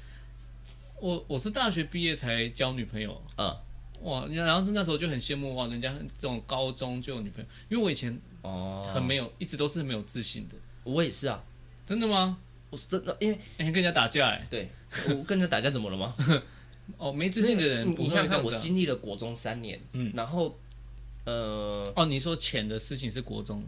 S1: 我我是大学毕业才交女朋友，
S2: 嗯，
S1: 哇，然后那时候就很羡慕哇，人家这种高中就有女朋友，因为我以前
S2: 哦，
S1: 很没有，一直都是很没有自信的，
S2: 我也是啊，
S1: 真的吗？
S2: 我真的因为
S1: 哎、跟人家打架哎、
S2: 对我跟人打架怎么了 吗？
S1: 哦，没自信的人
S2: 你
S1: 不
S2: 你
S1: 会
S2: 想想
S1: 这
S2: 看，
S1: 样
S2: 我
S1: 子啊。
S2: 经历了国中三年，嗯，然后呃，
S1: 哦，你说钱的事情是国中，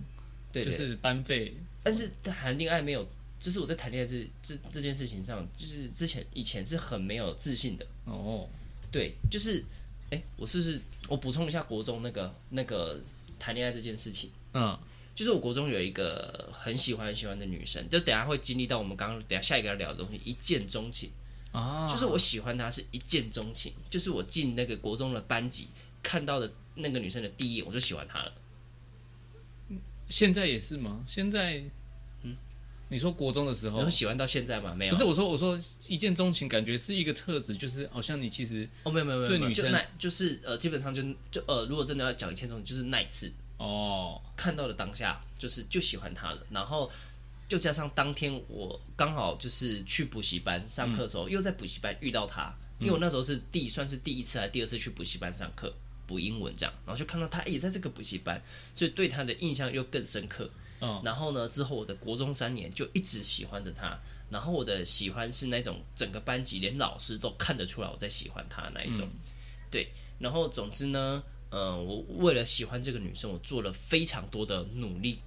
S2: 对
S1: 就
S2: 对，
S1: 是班费
S2: 但是谈恋爱没有，就是我在谈恋爱这这这件事情上，就是之前以前是很没有自信的，
S1: 哦，
S2: 对，就是哎，我是不是我补充一下国中那个那个谈恋爱这件事情。
S1: 嗯，
S2: 就是我国中有一个很喜欢很喜欢的女生，就等一下会经历到我们刚刚等一下下一个要聊的东西，一见钟情。
S1: 啊，
S2: 就是我喜欢她是一见钟情，就是我进那个国中的班级看到的那个女生的第一眼我就喜欢她了。
S1: 现在也是吗？现在，嗯，你说国中的时
S2: 然
S1: 候
S2: 后，喜欢到现在吗？没有，
S1: 不哦是我说我说一见钟情，感觉是一个特质，就是好像你其实
S2: 哦，没有没有没有，
S1: 对
S2: 没有
S1: 女
S2: 就
S1: 生
S2: 那就是呃，基本上就就呃，如果真的要讲一见钟情，就是那一次
S1: 哦，
S2: 看到的当下，就是就喜欢她了。然后又加上当天我刚好就是去补习班上课的时
S1: 嗯
S2: 候，又在补习班遇到他，因为我那时候是第算是第一次还是第二次去补习班上课补英文这样，然后就看到他也在这个补习班，所以对他的印象又更深刻。
S1: 嗯，
S2: 然后呢，之后我的国中三年就一直喜欢着他，然后我的喜欢是那种整个班级连老师都看得出来我在喜欢他的那一种，对。然后总之呢，呃，我为了喜欢这个女生，我做了非常多的努力，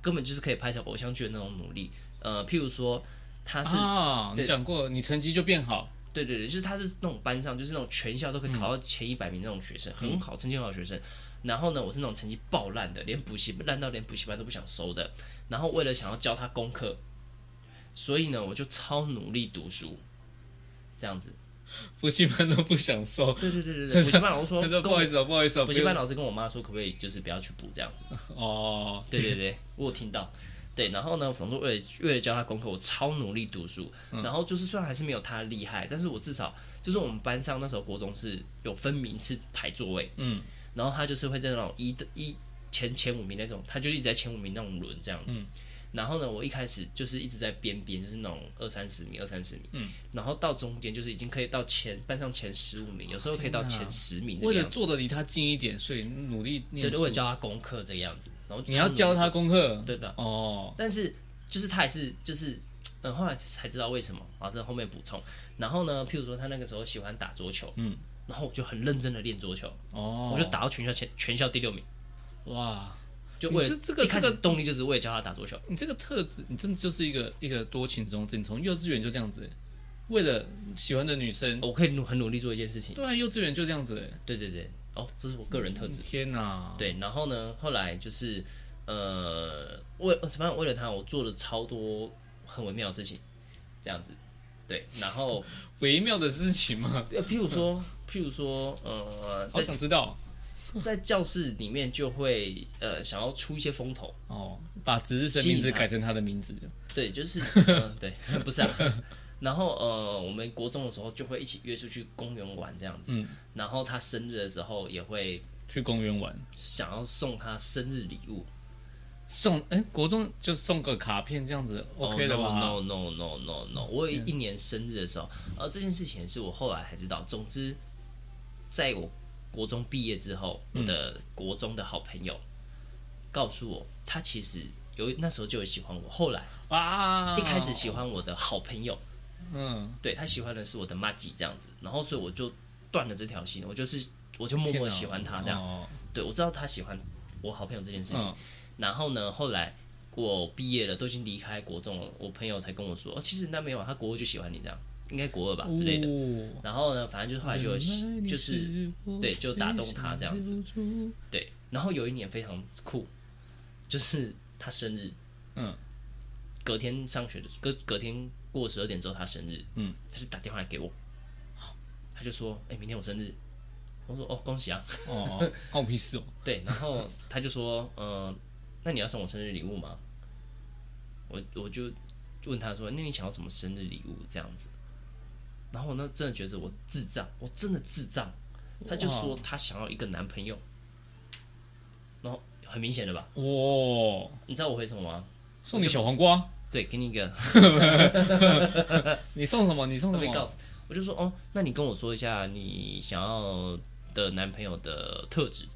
S2: 根本就是可以拍成偶像剧的那种努力。呃，譬如说，她是、
S1: 啊，你讲过你成绩就变好，
S2: 对对对，就是他是那种班上，就是那种全校都可以考到前一百名那种学生，很好，成绩很好的学生。然后呢，我是那种成绩爆烂的，连补习烂到连补习班都不想收的。然后为了想要教他功课，所以呢，我就超努力读书，这样子。
S1: 补习班都不想收。
S2: 对对对对对，补习班老师 说
S1: 他，说
S2: 跟
S1: 不好
S2: 我
S1: 意思哦，不好意思哦，
S2: 补习班
S1: 不
S2: 老师跟我妈说，可不可以就是不要去补这样子。
S1: 用哦，
S2: 对对对，我有听到。对，然后呢，总之为了为了教他功课，我超努力读书。
S1: 嗯
S2: 然后就是虽然还是没有他厉害，但是我至少就是我们班上那时候国中是有分名次排座位，
S1: 嗯，
S2: 然后他就是会在那种一的一前前五名那种，他就一直在前五名那种轮这样子。
S1: 嗯
S2: 然后呢，我一开始就是一直在边边，就是那种二三十米、二三十米，嗯，然后到中间就是已经可以到前班上前十五名，有时候可以到
S1: 天哪
S2: 前十名这
S1: 为
S2: 个
S1: 了
S2: 样子。
S1: 坐的离他近一点，所以努力念
S2: 对，
S1: 书。
S2: 为了教他功课这个样子，然后
S1: 你要
S2: 超努力
S1: 教他功课，
S2: 对的。
S1: 哦，
S2: 但是就是他也是就是，嗯，后来才知道为什么啊，这后面补充。然后呢，譬如说他那个时候喜欢打桌球，嗯，然后我就很认真的练桌球，
S1: 哦，
S2: 我就打到全校前全校第六名，
S1: 哇，
S2: 就为了
S1: 你这这个
S2: 一开始
S1: 这
S2: 动力就是为了教他打桌球，
S1: 你这个特质，你真的就是一个一个多情种子。你从幼稚园就这样子，为了喜欢的女生，
S2: 我可以努很努力做一件事情，
S1: 对啊，幼稚园就这样子。
S2: 对对对，哦，这是我个人特质。
S1: 天哪，
S2: 对，然后呢，后来就是呃，为反正为了他，我做了超多很微妙的事情，这样子。对，然后
S1: 微妙的事情 嘛，
S2: 呃譬如说，譬如说，呃，在
S1: 好想知道
S2: 在教室里面就会呃想要出一些风头，
S1: 哦。把值日生
S2: 吸引啊
S1: 名字
S2: 他
S1: 改成他的名字，
S2: 对，就是、呃、对，不是啊。然后呃，我们国中的时候就会一起约出去公园玩这样子，
S1: 嗯
S2: 然后他生日的时候也会
S1: 去公园玩，
S2: 想要送他生日礼物。
S1: 送哎，国中就送个卡片这样子，OK 的吧？
S2: o Oh, no no no no no，我有一年生日的时候，呃，这件事情是我后来才知道。总之，在我国中毕业之后，我的
S1: 嗯
S2: 国中的好朋友告诉我，他其实有那时候就有喜欢我，后来。
S1: 啊，
S2: 一开始喜欢我的好朋友，
S1: 嗯，
S2: 对他喜欢的是我的妈吉这样子，然后所以我就断了这条线，我就是我就默默地喜欢他这样，
S1: 样，
S2: 对我知道他喜欢我好朋友这件事情，
S1: 哦嗯
S2: 然后呢，后来我毕业了，都已经离开国中了，我朋友才跟我说，哦，其实那没有啊，他国二就喜欢你这样，应该国二吧啊之类的，
S1: 的，
S2: 然后呢，反正哦就后来就有就是对就打动他这样
S1: 子，
S2: 对，然后有一年非常酷，就是他生日，
S1: 嗯，
S2: 隔天上学的隔隔天过十二点之后他生日，
S1: 嗯，
S2: 他就打电话来给我，他就说，哎、明天我生日，我说哦，恭喜啊，
S1: 哦，关我屁事哦，
S2: 对，然后他就说，嗯、那你要送我生日礼物吗？我我就问他说，那你想要什么生日礼物这样子？然后我那真的觉得我智障，我真的智障。他就说他想要一个男朋友，然后很明显的吧？
S1: 哇，
S2: 你知道我回什么吗？
S1: 送你小黄瓜，
S2: 对，给你一个
S1: 你送什么？你送
S2: 会
S1: 什
S2: 被告
S1: 么？
S2: 诉，我就说哦，那你跟我说一下你想要的男朋友的特质，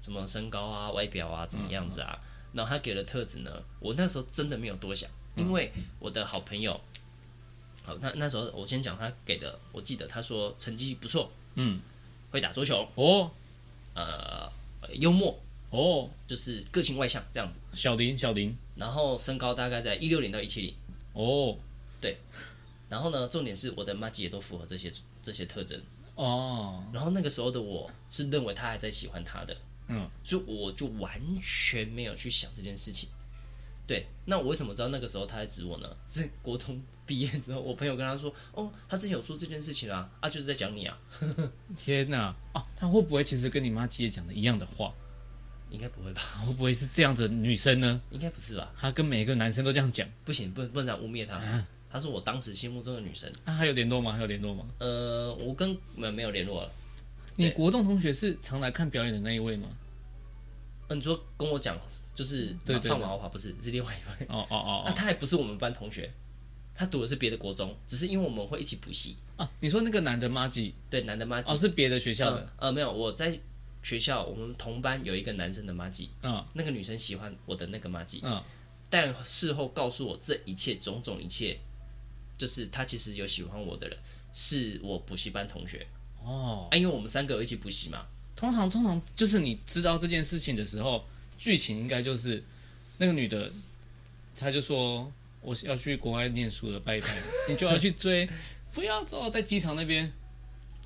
S2: 什么身高啊、外表啊，怎么样子啊？然后他给的特质呢，我那时候真的没有多想，因为我的好朋友，好，那那时候我先讲他给的，我记得他说成绩不错，
S1: 嗯，
S2: 会打桌球，
S1: 哦
S2: 呃，幽默，
S1: 哦，
S2: 就是个性外向这样子，
S1: 小林小林，
S2: 然后身高大概在一六零到一七零。
S1: 哦
S2: 然后呢，重点是我的妈吉也都符合这些这些特征。
S1: 哦，
S2: 然后那个时候的我是认为他还在喜欢他的，
S1: 嗯，
S2: 所以我就完全没有去想这件事情。对，那我为什么知道那个时候他在指我呢？是国中毕业之后，我朋友跟他说，哦，他之前有做这件事情啊，啊，就是在讲你啊，
S1: 天哪！啊，他会不会其实跟你妈姐讲的一样的话？
S2: 应该不会吧？
S1: 会不会是这样子的女生呢？
S2: 应该不是吧？
S1: 她跟每个男生都这样讲？
S2: 不行，不能不能这样污蔑
S1: 嗯
S2: 他。他是我当时心目中的女神。
S1: 那、还有联络吗？还有联络吗？
S2: 呃，我跟没有没有联络了，
S1: 你国中同学是常来看表演的那一位吗？
S2: 呃你说跟我讲就是
S1: 对对对
S2: 放马后炮，不是是另外一位，啊
S1: 哦哦哦
S2: 那他还不是我们班同学，他读的是别的国中，只是因为我们会一起补习，
S1: 哦啊！你说那个男的妈吉
S2: 对，男的妈吉
S1: 哦，是别的学校的，
S2: 呃呃没有，我在学校我们同班有一个男生的妈吉，
S1: 嗯
S2: 那个女生喜欢我的那个妈吉，
S1: 嗯
S2: 但事后告诉我这一切种种一切，就是他其实有喜欢我的人，是我补习班同学
S1: 哦。
S2: 啊，因为我们三个有一起补习嘛，
S1: 通常通常就是你知道这件事情的时候，剧情应该就是那个女的，她就说我要去国外念书了，拜 拜，你就要去追，不要走，在机场那边。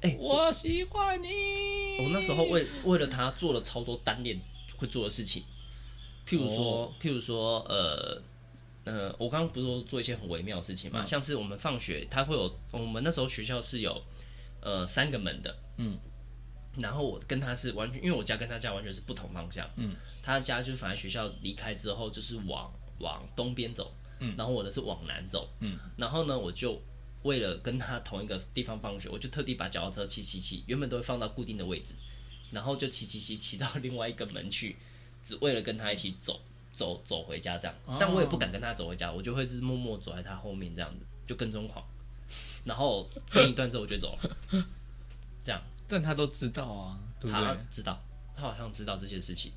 S2: 哎
S1: 我喜欢你。
S2: 哦我那时候为为了他做了超多单恋会做的事情，譬如说，譬如说，呃呃，我刚刚不是说做一些很微妙的事情嘛，像是我们放学，他会有我们那时候学校是有呃三个门的，嗯，然后我跟他是完全，因为我家跟他家完全是不同方向，嗯，他家就是反正学校离开之后就是往往东边走，嗯，然后我的是往南走，嗯，然后呢我就。为了跟他同一个地方放学，我就特地把脚踏车骑骑骑，原本都会放到固定的位置，然后就骑骑骑骑到另外一个门去，只为了跟他一起走走走回家这样。
S1: 哦
S2: 但我也不敢跟他走回家，我就会是默默走在他后面这样子，就跟踪狂。然后跟一段之后我就走了，这样
S1: 但她都知道啊， 对不
S2: 他
S1: 对？
S2: 知道，他好像知道这些事情。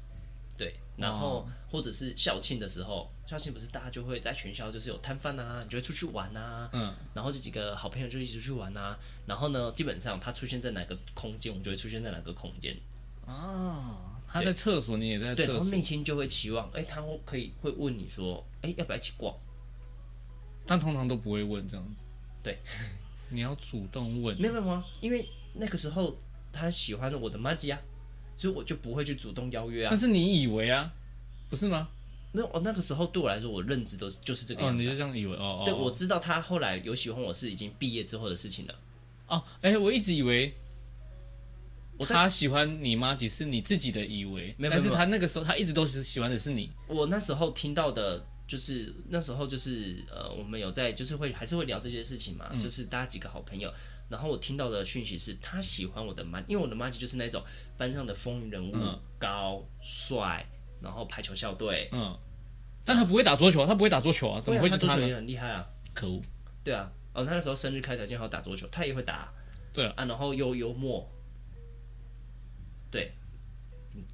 S2: 对，然
S1: 哦
S2: 后或者是校庆的时候，校庆不是大家就会在全校就是有摊贩啊，你就会出去玩啊，
S1: 嗯，
S2: 然后这几个好朋友就一起出去玩啊，然后呢，基本上他出现在哪个空间，我们就会出现在哪个空间，
S1: 啊，她在厕所，你也在
S2: 对，然
S1: 厕
S2: 后
S1: 所。
S2: 内心就会期望，哎、他会可以会问你说，哎、要不要一起逛？
S1: 嗯但通常都不会问这样子。
S2: 对，
S1: 你要主动问。
S2: 没有没有没有，因为那个时候他喜欢我的玛吉啊，所以我就不会去主动邀约啊
S1: 但。是你以为啊，不是吗？
S2: 没有，我哦那个时候对我来说，我认知都是就是这个
S1: 哦，
S2: 样
S1: 你
S2: 子
S1: 就
S2: 啊、
S1: 这样以为哦哦。
S2: 对，我知道他后来有喜欢我是已经毕业之后的事情了。
S1: 哦，哎、我一直以为
S2: 我在
S1: 他喜欢你吗？只是你自己的以为，
S2: 没有
S1: 但
S2: 没
S1: 是
S2: 有
S1: 他那个时候他一直都是喜欢的是你，
S2: 我那时候听到的，就是那时候就是呃，我们有在就是会还是会聊这些事情嘛，
S1: 嗯
S2: 就是大家几个好朋友。然后我听到的讯息是，他喜欢我的妈，因为我的妈吉就是那种班上的风云人物，
S1: 嗯
S2: 高帅，然后排球校队，
S1: 嗯，但他不会打桌球啊，他不会打桌球啊，怎么会
S2: 对
S1: 是
S2: 啊他
S1: 他
S2: 足球
S1: 呢？
S2: 也很厉害啊？
S1: 可恶，
S2: 对啊，哦，他那时候生日开条件好打桌球，他也会打
S1: 对啊，
S2: 啊，然后又幽默，对，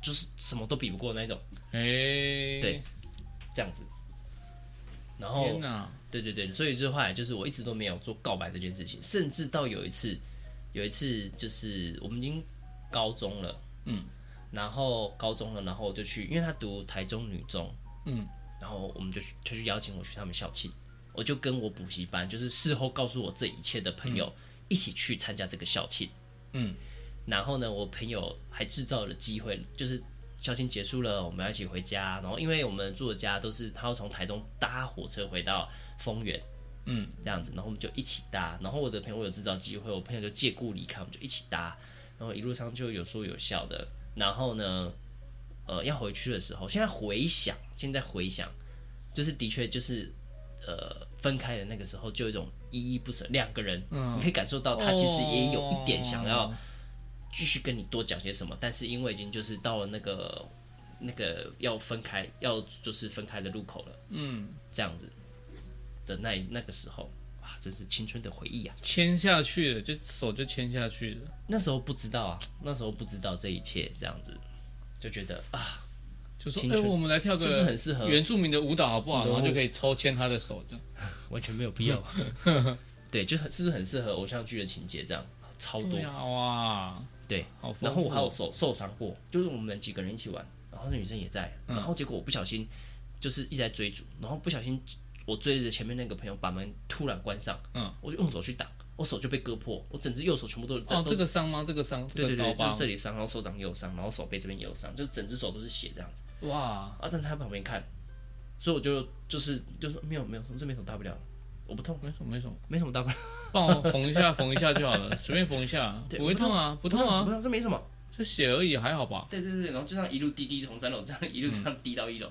S2: 就是什么都比不过那种
S1: 哎、
S2: 对哦这样子。然后
S1: 天哪，
S2: 对对对，所以就后来就是我一直都没有做告白这件事情，甚至到有一次，有一次就是我们已经高中了，
S1: 嗯，
S2: 然后高中了，然后我就去，因为他读台中女中，
S1: 嗯，
S2: 然后我们就去就去邀请我去他们校庆，我就跟我补习班，就是事后告诉我这一切的朋友、一起去参加这个校庆，
S1: 嗯，
S2: 然后呢，我朋友还制造了机会，就是。校庆结束了，我们要一起回家。然后，因为我们住的家都是他要从台中搭火车回到丰原，
S1: 嗯，
S2: 这样子，然后我们就一起搭。然后我的朋友有制造机会，我朋友就借故离开，我们就一起搭。然后一路上就有说有笑的。然后呢，呃，要回去的时候，现在回想，现在回想，就是的确就是呃分开的那个时候，就有一种依依不舍。两个人，
S1: 嗯
S2: 你可以感受到他其实也有一点想要
S1: 哦
S2: 继续跟你多讲些什么，但是因为已经就是到了那个那个要分开，要就是分开的路口了，
S1: 嗯，
S2: 这样子的那一那个时候，哇，真是青春的回忆啊！
S1: 牵下去了，就手就牵下去了，
S2: 那时候不知道啊，那时候不知道这一切，这样子就觉得啊，
S1: 就说
S2: 青
S1: 哎、
S2: 春
S1: 我们来跳个
S2: 是不是很适合哦
S1: 原住民的舞蹈好不好？
S2: 然后
S1: 然后就可以抽牵他的手这样。
S2: 完全没 有必要啊。对，就很是不是很适合偶像剧的情节这样，超多。
S1: 对啊，哇，
S2: 对
S1: 好丰富哦，
S2: 然后我还有受受伤过，就是我们几个人一起玩，然后那女生也在，
S1: 嗯
S2: 然后结果我不小心就是一直在追逐，然后不小心我追着前面那个朋友把门突然关上，
S1: 嗯，
S2: 我就用手去挡，我手就被割破，我整只右手全部都是
S1: 哦，这
S2: 都是
S1: 个伤吗？这个伤，
S2: 对对
S1: 这个
S2: 对，
S1: 刀疤
S2: 就是这里伤，然后手掌也有伤，然后手背这边也有伤，就是整只手都是血这样子。
S1: 哇，
S2: 啊，站在他旁边看，所以我就就是就说没有没有，这没什么大不了，我不痛，
S1: 没什么没什么。
S2: 没什么大不了，
S1: 帮我缝一下，缝一下就好了，随便缝一下，
S2: 对
S1: 不会痛啊，不
S2: 不
S1: 痛
S2: 不
S1: 啊，
S2: 痛，这没什么。
S1: 就血而已，还好吧。
S2: 对对对，然后就这样一路滴滴从三楼这样一路这样滴到一楼，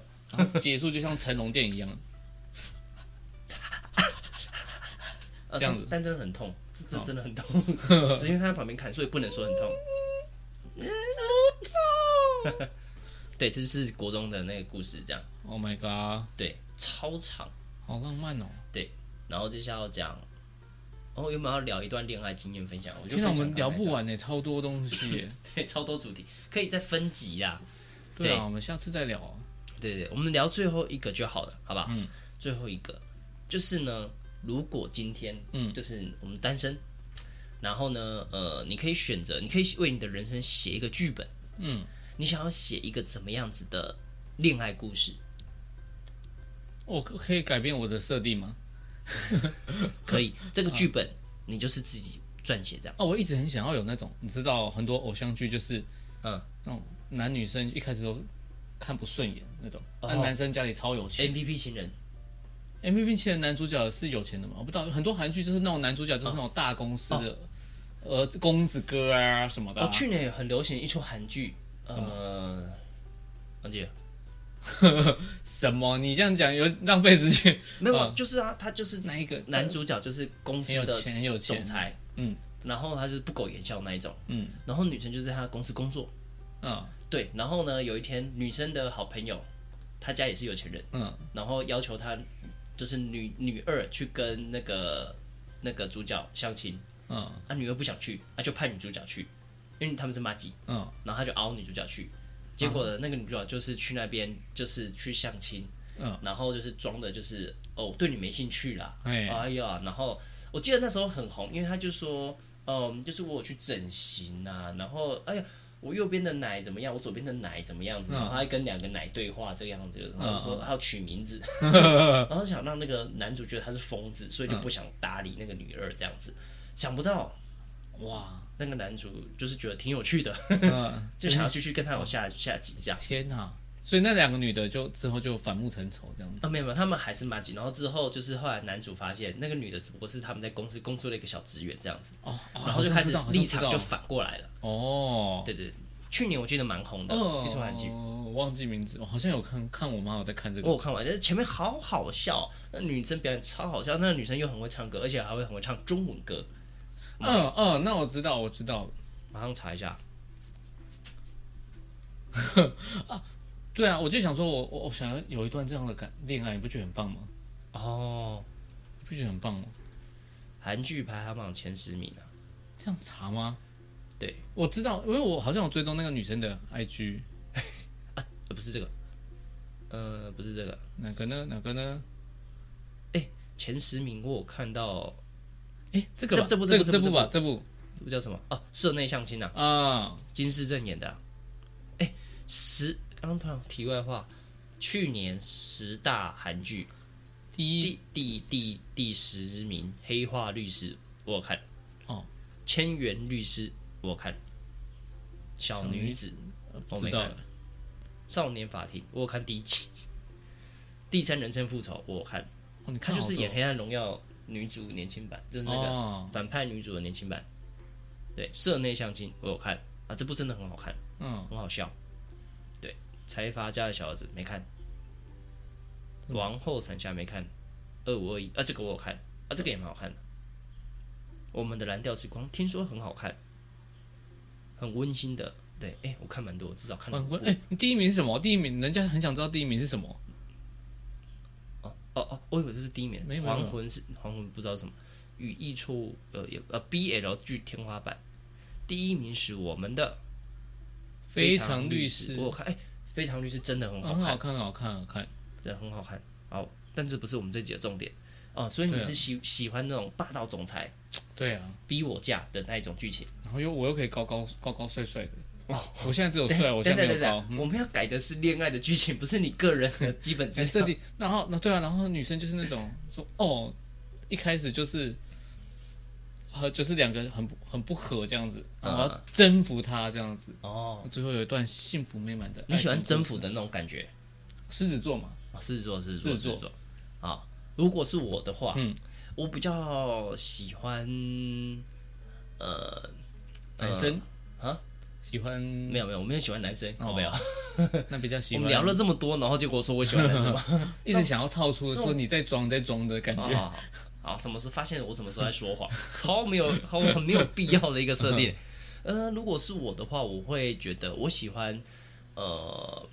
S1: 结束就像成龙电影一样，
S2: 呃
S1: 这样子
S2: 但但真的很痛，这这真的很痛， 只 是因为他在旁边看，所以不能说很痛。 对，这就是国中的那个故事，这样
S1: Oh my god，
S2: 对，超长。
S1: 好浪漫哦！
S2: 然后接下来要讲，哦，原本要聊一段恋爱经验分享，我就
S1: 天哪，我
S2: 分享
S1: 们聊
S2: 刚
S1: 不
S2: 才那段，
S1: 完呢，超多东西 耶。
S2: 对，超多主题，可以再分级啊。
S1: 对啊，
S2: 对
S1: 我们下次再聊啊。
S2: 对对，我们聊最后一个就好了，好不好？嗯，最后一个就是呢，如果今天，嗯，就是我们单身，然后呢，呃，你可以选择，你可以为你的人生写一个剧本，
S1: 嗯，
S2: 你想要写一个怎么样子的恋爱故事？
S1: 我哦可可以改变我的设定吗？
S2: 可以，
S1: 嗯
S2: 这个剧本你就是自己撰写这样。
S1: 哦，我一直很想要有那种，你知道很多偶像剧就是，
S2: 嗯，
S1: 那种男女生一开始都看不顺眼那种，
S2: 哦哎
S1: 那男生家里超有钱。
S2: MVP 情人，
S1: MVP 其实男主角是有钱的嘛？我不知道，很多韩剧就是那种男主角
S2: 哦
S1: 就是那种大公司的，呃，公子哥啊什么的、
S2: 哦
S1: 啊，。
S2: 去年有很流行一出韩剧，什么？忘记了，
S1: 什么？你这样讲有浪费时 间。
S2: 没有，啊，就是啊，他就是
S1: 那一个
S2: 男主角就是公司
S1: 很有
S2: 的
S1: 钱，很有
S2: 总
S1: 钱，
S2: 裁，
S1: 嗯，
S2: 然后他就是不苟言笑那一种，
S1: 嗯，
S2: 然后女生就在他公司工作，
S1: 嗯
S2: 对，然后呢，有一天女生的好朋友，他家也是有钱人，
S1: 嗯，
S2: 然后要求他就是女女二去跟那个那个主角相亲，
S1: 嗯
S2: 啊，女二不想去，啊，就派女主角去，因为他们是妈吉，
S1: 嗯，
S2: 然后他就熬女主角去，结果呢，那个女主角就是去那边就是去相亲，
S1: 嗯，
S2: 然后就是装的就是哦，对你没兴趣啦，
S1: 哎
S2: 哎呀，然后我记得那时候很红，因为他就说，嗯，就是我有去整形啊，然后哎呀，我右边的奶怎么样，我左边的奶怎么样子，
S1: 嗯
S2: 然后他还跟两个奶对话这个样子，然后说他要取名 字，然后想让那个男主觉得他是疯子，所以就不想
S1: 嗯
S2: 搭理那个女二这样子，想不到
S1: 哇，
S2: 那个男主就是觉得挺有趣的，
S1: 嗯，
S2: 就想要继续跟他有下下集这样。
S1: 天哪、所以那两个女的就之后就反目成仇这样子。
S2: 啊，没有没有，他们还是麻吉。然后之后就是后来男主发现那个女的只不过是他们在公司工作的一个小职员这样子，
S1: 哦，哦
S2: 然后就开始
S1: 好像知道
S2: 立场
S1: 好
S2: 就
S1: 像知
S2: 反过来了。
S1: 道哦，
S2: 对对对，去年我记得蛮红的
S1: 哦，
S2: 一出韩剧，
S1: 我忘记名字，我好像有看看我妈有在看这
S2: 我
S1: 个。
S2: 有看完，但是前面好好笑，那女生表演超好笑，那个女生又很会唱歌，而且还会很会唱中文歌。
S1: 嗯嗯，那我知道，我知道。
S2: 马上查一下，
S1: 对啊，我就想说我，我我想要有一段这样的感恋爱，你不觉得很棒吗？
S2: 哦，
S1: 你不觉得很棒吗？
S2: 韩剧排行榜前十名啊，
S1: 这样查吗？
S2: 对，
S1: 我知道，因为我好像有追踪那个女生的 IG，
S2: 呃，不是这个，呃，不是这个，
S1: 哪个呢？哪个呢？
S2: 前十名我有看到，
S1: 哎，这个吧，
S2: 这这部
S1: 这
S2: 这部
S1: 这
S2: 这部
S1: 吧，这部
S2: 这不叫什么？哦、社内相亲啊。
S1: 啊，
S2: 金世正演的、啊。哎、十刚刚突然题外话，去年十大韩剧
S1: 第一
S2: 第第第第十名《黑化律师》，我有看
S1: 哦，
S2: 《千元律师》我有看，《小女子》我
S1: 知
S2: 没
S1: 道
S2: 看，《
S1: 了，
S2: 少年法庭》我有看第一集，《第三人称复仇》我有看，
S1: 哦，你
S2: 她
S1: 看
S2: 就是
S1: 好多
S2: 演《黑暗荣耀》女主年轻版，就是那个
S1: 哦，
S2: 反派女主的年轻版。对，《社内相亲》我有看啊，这部真的很好看。
S1: 嗯，
S2: 很好笑。对，财阀家的小儿子没看，
S1: 嗯
S2: 王后伞下没看，二五二一啊，这个我有看啊，这个也蛮好看的。我们的蓝调之光听说很好看，很温馨的。对，哎、我看蛮多，至少看了
S1: 万
S2: 五部
S1: 坤，。哎，你第一名是什么？第一名，人家很想知道第一名是什么。
S2: 哦哦哦，我以为这是第一名
S1: 没有，没有
S2: 黄昏是黄昏，不知道什么语义错误，呃也呃 BL 剧天花板，第一名是我们的
S1: 非常律师哦
S2: 非常，我有看，哎、非常律师真的很好
S1: 很
S2: 看，
S1: 好看，很好看，很好看。
S2: 真的很好看。好，但这不是我们这集的重点哦。所以你
S1: 对啊
S2: 是喜、喜欢那种霸道总裁
S1: 对啊，
S2: 逼我嫁的那一种剧情？
S1: 然后又我又可以高高高高帅帅的。
S2: 哦
S1: 我现在只有帅，啊我
S2: 等
S1: 现在
S2: 等
S1: 没有
S2: 等
S1: 高。嗯
S2: 等，我们要改的是恋爱的剧情，不是你个人的基本 资
S1: 哎，设
S2: 料。
S1: 定，然后那对啊，然后女生就是那种 说哦，一开始就是。和就是两个很不很不合这样子，然后我要征服他这样子，
S2: 哦，
S1: 最后有一段幸福美满的爱情故
S2: 你
S1: 事。
S2: 喜欢征服的那种感觉？
S1: 狮子座嘛？
S2: 啊，狮子座，狮子座，
S1: 狮子
S2: 狮
S1: 座
S2: 子座。啊，如果是我的话，
S1: 嗯
S2: 我比较喜欢呃
S1: 男生
S2: 啊，
S1: 喜欢
S2: 没有没有，我没有喜欢男生，
S1: 哦
S2: 好没有？
S1: 那比较喜
S2: 我
S1: 欢。
S2: 们聊了这么多，然后结果说我喜欢男生吗？
S1: 一直想要套出说你在装在装的感觉。
S2: 啊，好，什么时候发现我什么时候在说谎，超没有，超很没有必要的一个设定。呃，如果是我的话，我会觉得我喜欢，呃，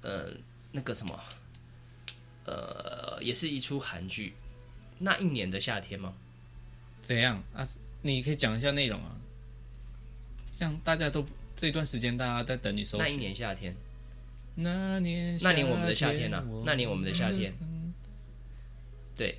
S2: 呃那个什么，呃，也是一出韩剧，那一年的夏天嘛，
S1: 怎样啊？你可以讲一下内容啊，这样大家都这段时间大家在等你搜
S2: 那一
S1: 寻。
S2: 年夏天，
S1: 那年
S2: 那年我们的夏天呐、
S1: 呐、
S2: 啊，那年我们的夏天，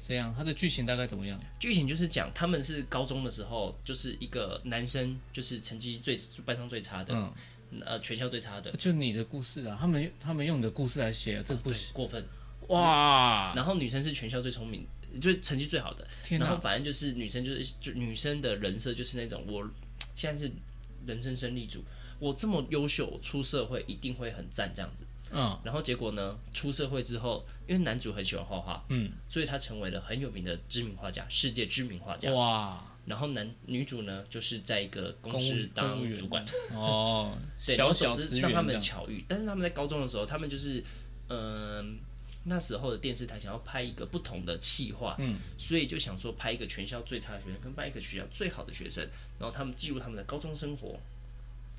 S1: 这样它的剧情大概怎么样？
S2: 剧情就是讲他们是高中的时候，就是一个男生，就是成绩最班上最差的，
S1: 嗯，
S2: 呃，全校最差的，
S1: 就你的故事啊，他们他们用你的故事来写，这不
S2: 对
S1: 行、
S2: 过分。
S1: 哇！
S2: 然后女生是全校最聪明，就是成绩最好的。
S1: 天
S2: 然
S1: 哪、
S2: 后反正就是女生就是就女生的人设就是那种我现在是人生胜利组，我这么优秀，出社会一定会很赞这样子。
S1: 嗯，
S2: 然后结果呢，出社会之后，因为男主很喜欢画画，
S1: 嗯，
S2: 所以他成为了很有名的知名画家，世界知名画家。
S1: 哇，
S2: 然后男女主呢，就是在一个公
S1: 公务
S2: 司
S1: 公务
S2: 当
S1: 员
S2: 主管，
S1: 哦，
S2: 对，
S1: 小
S2: 然
S1: 小
S2: 后总
S1: 资
S2: 之
S1: 源
S2: 让他
S1: 这
S2: 们
S1: 样
S2: 巧遇，但是他们在高中的时候，他们就是嗯。那时候的电视台想要拍一个不同的企划，
S1: 嗯，
S2: 所以就想说拍一个全校最差的学生跟拍一个学校最好的学生，然后他们记录他们的高中生活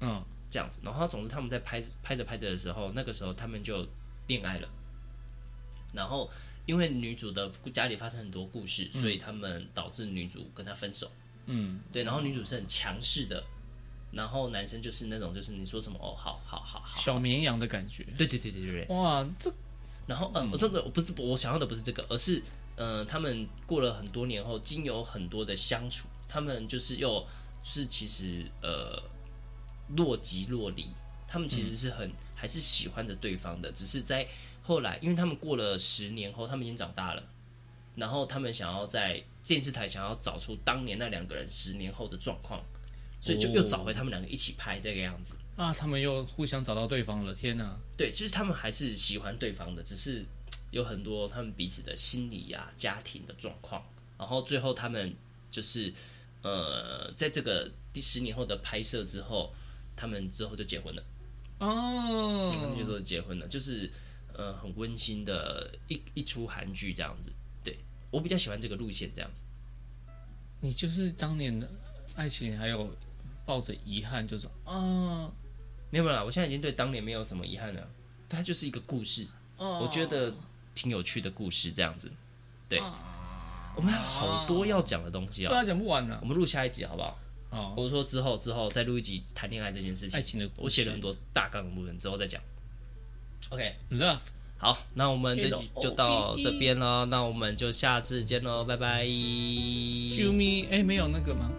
S1: 嗯，
S2: 这样子。然后总之他们在拍拍着拍着的时候，那个时候他们就恋爱了。然后因为女主的家里发生很多故事，所以他们导致女主跟他分手。
S1: 嗯，
S2: 对，然后女主是很强势的，然后男生就是那种就是你说什么哦，好好好好，
S1: 小绵羊的感觉。
S2: 对对对对对对。
S1: 哇，这
S2: 然后嗯，我真的我不是我想要的不是这个，而是呃，他们过了很多年后，经由很多的相处，他们就是又是其实呃若即若离，他们其实是很、还是喜欢着对方的，只是在后来，因为他们过了十年后，他们已经长大了。然后他们想要在电视台想要找出当年那两个人十年后的状况，所以就又找回他们两个一起拍这个样子。
S1: 啊，他们又互相找到对方了，天哪！
S2: 对，其实他们还是喜欢对方的，只是有很多他们彼此的心理呀、家庭的状况，然后最后他们就是呃，在这个第十年后的拍摄之后，他们之后就结婚了，
S1: 哦，
S2: 他们就说结婚了，就是呃很温馨的一一出韩剧这样子。对我比较喜欢这个路线这样子，
S1: 你就是当年的爱情，还有抱着遗憾，就是啊，
S2: 没有啦，我现在已经对当年没有什么遗憾了，它就是一个故事，
S1: 哦嗯
S2: 我觉得挺有趣的故事这样子。对，我们还有好多要讲的东西
S1: 对
S2: 哦。
S1: 啊，讲不完呢、
S2: 我们录下一集好不好？
S1: 哦，
S2: 我说之后之后再录一集谈恋爱这件事
S1: 爱
S2: 情。
S1: 情的故事
S2: 我写了很多大纲的部分，之后再讲。OK，
S1: love，
S2: 好，那我们这集就
S1: 哦
S2: 到这边了，那我们就下次见喽，拜拜。
S1: 救命！哎，没有那个吗？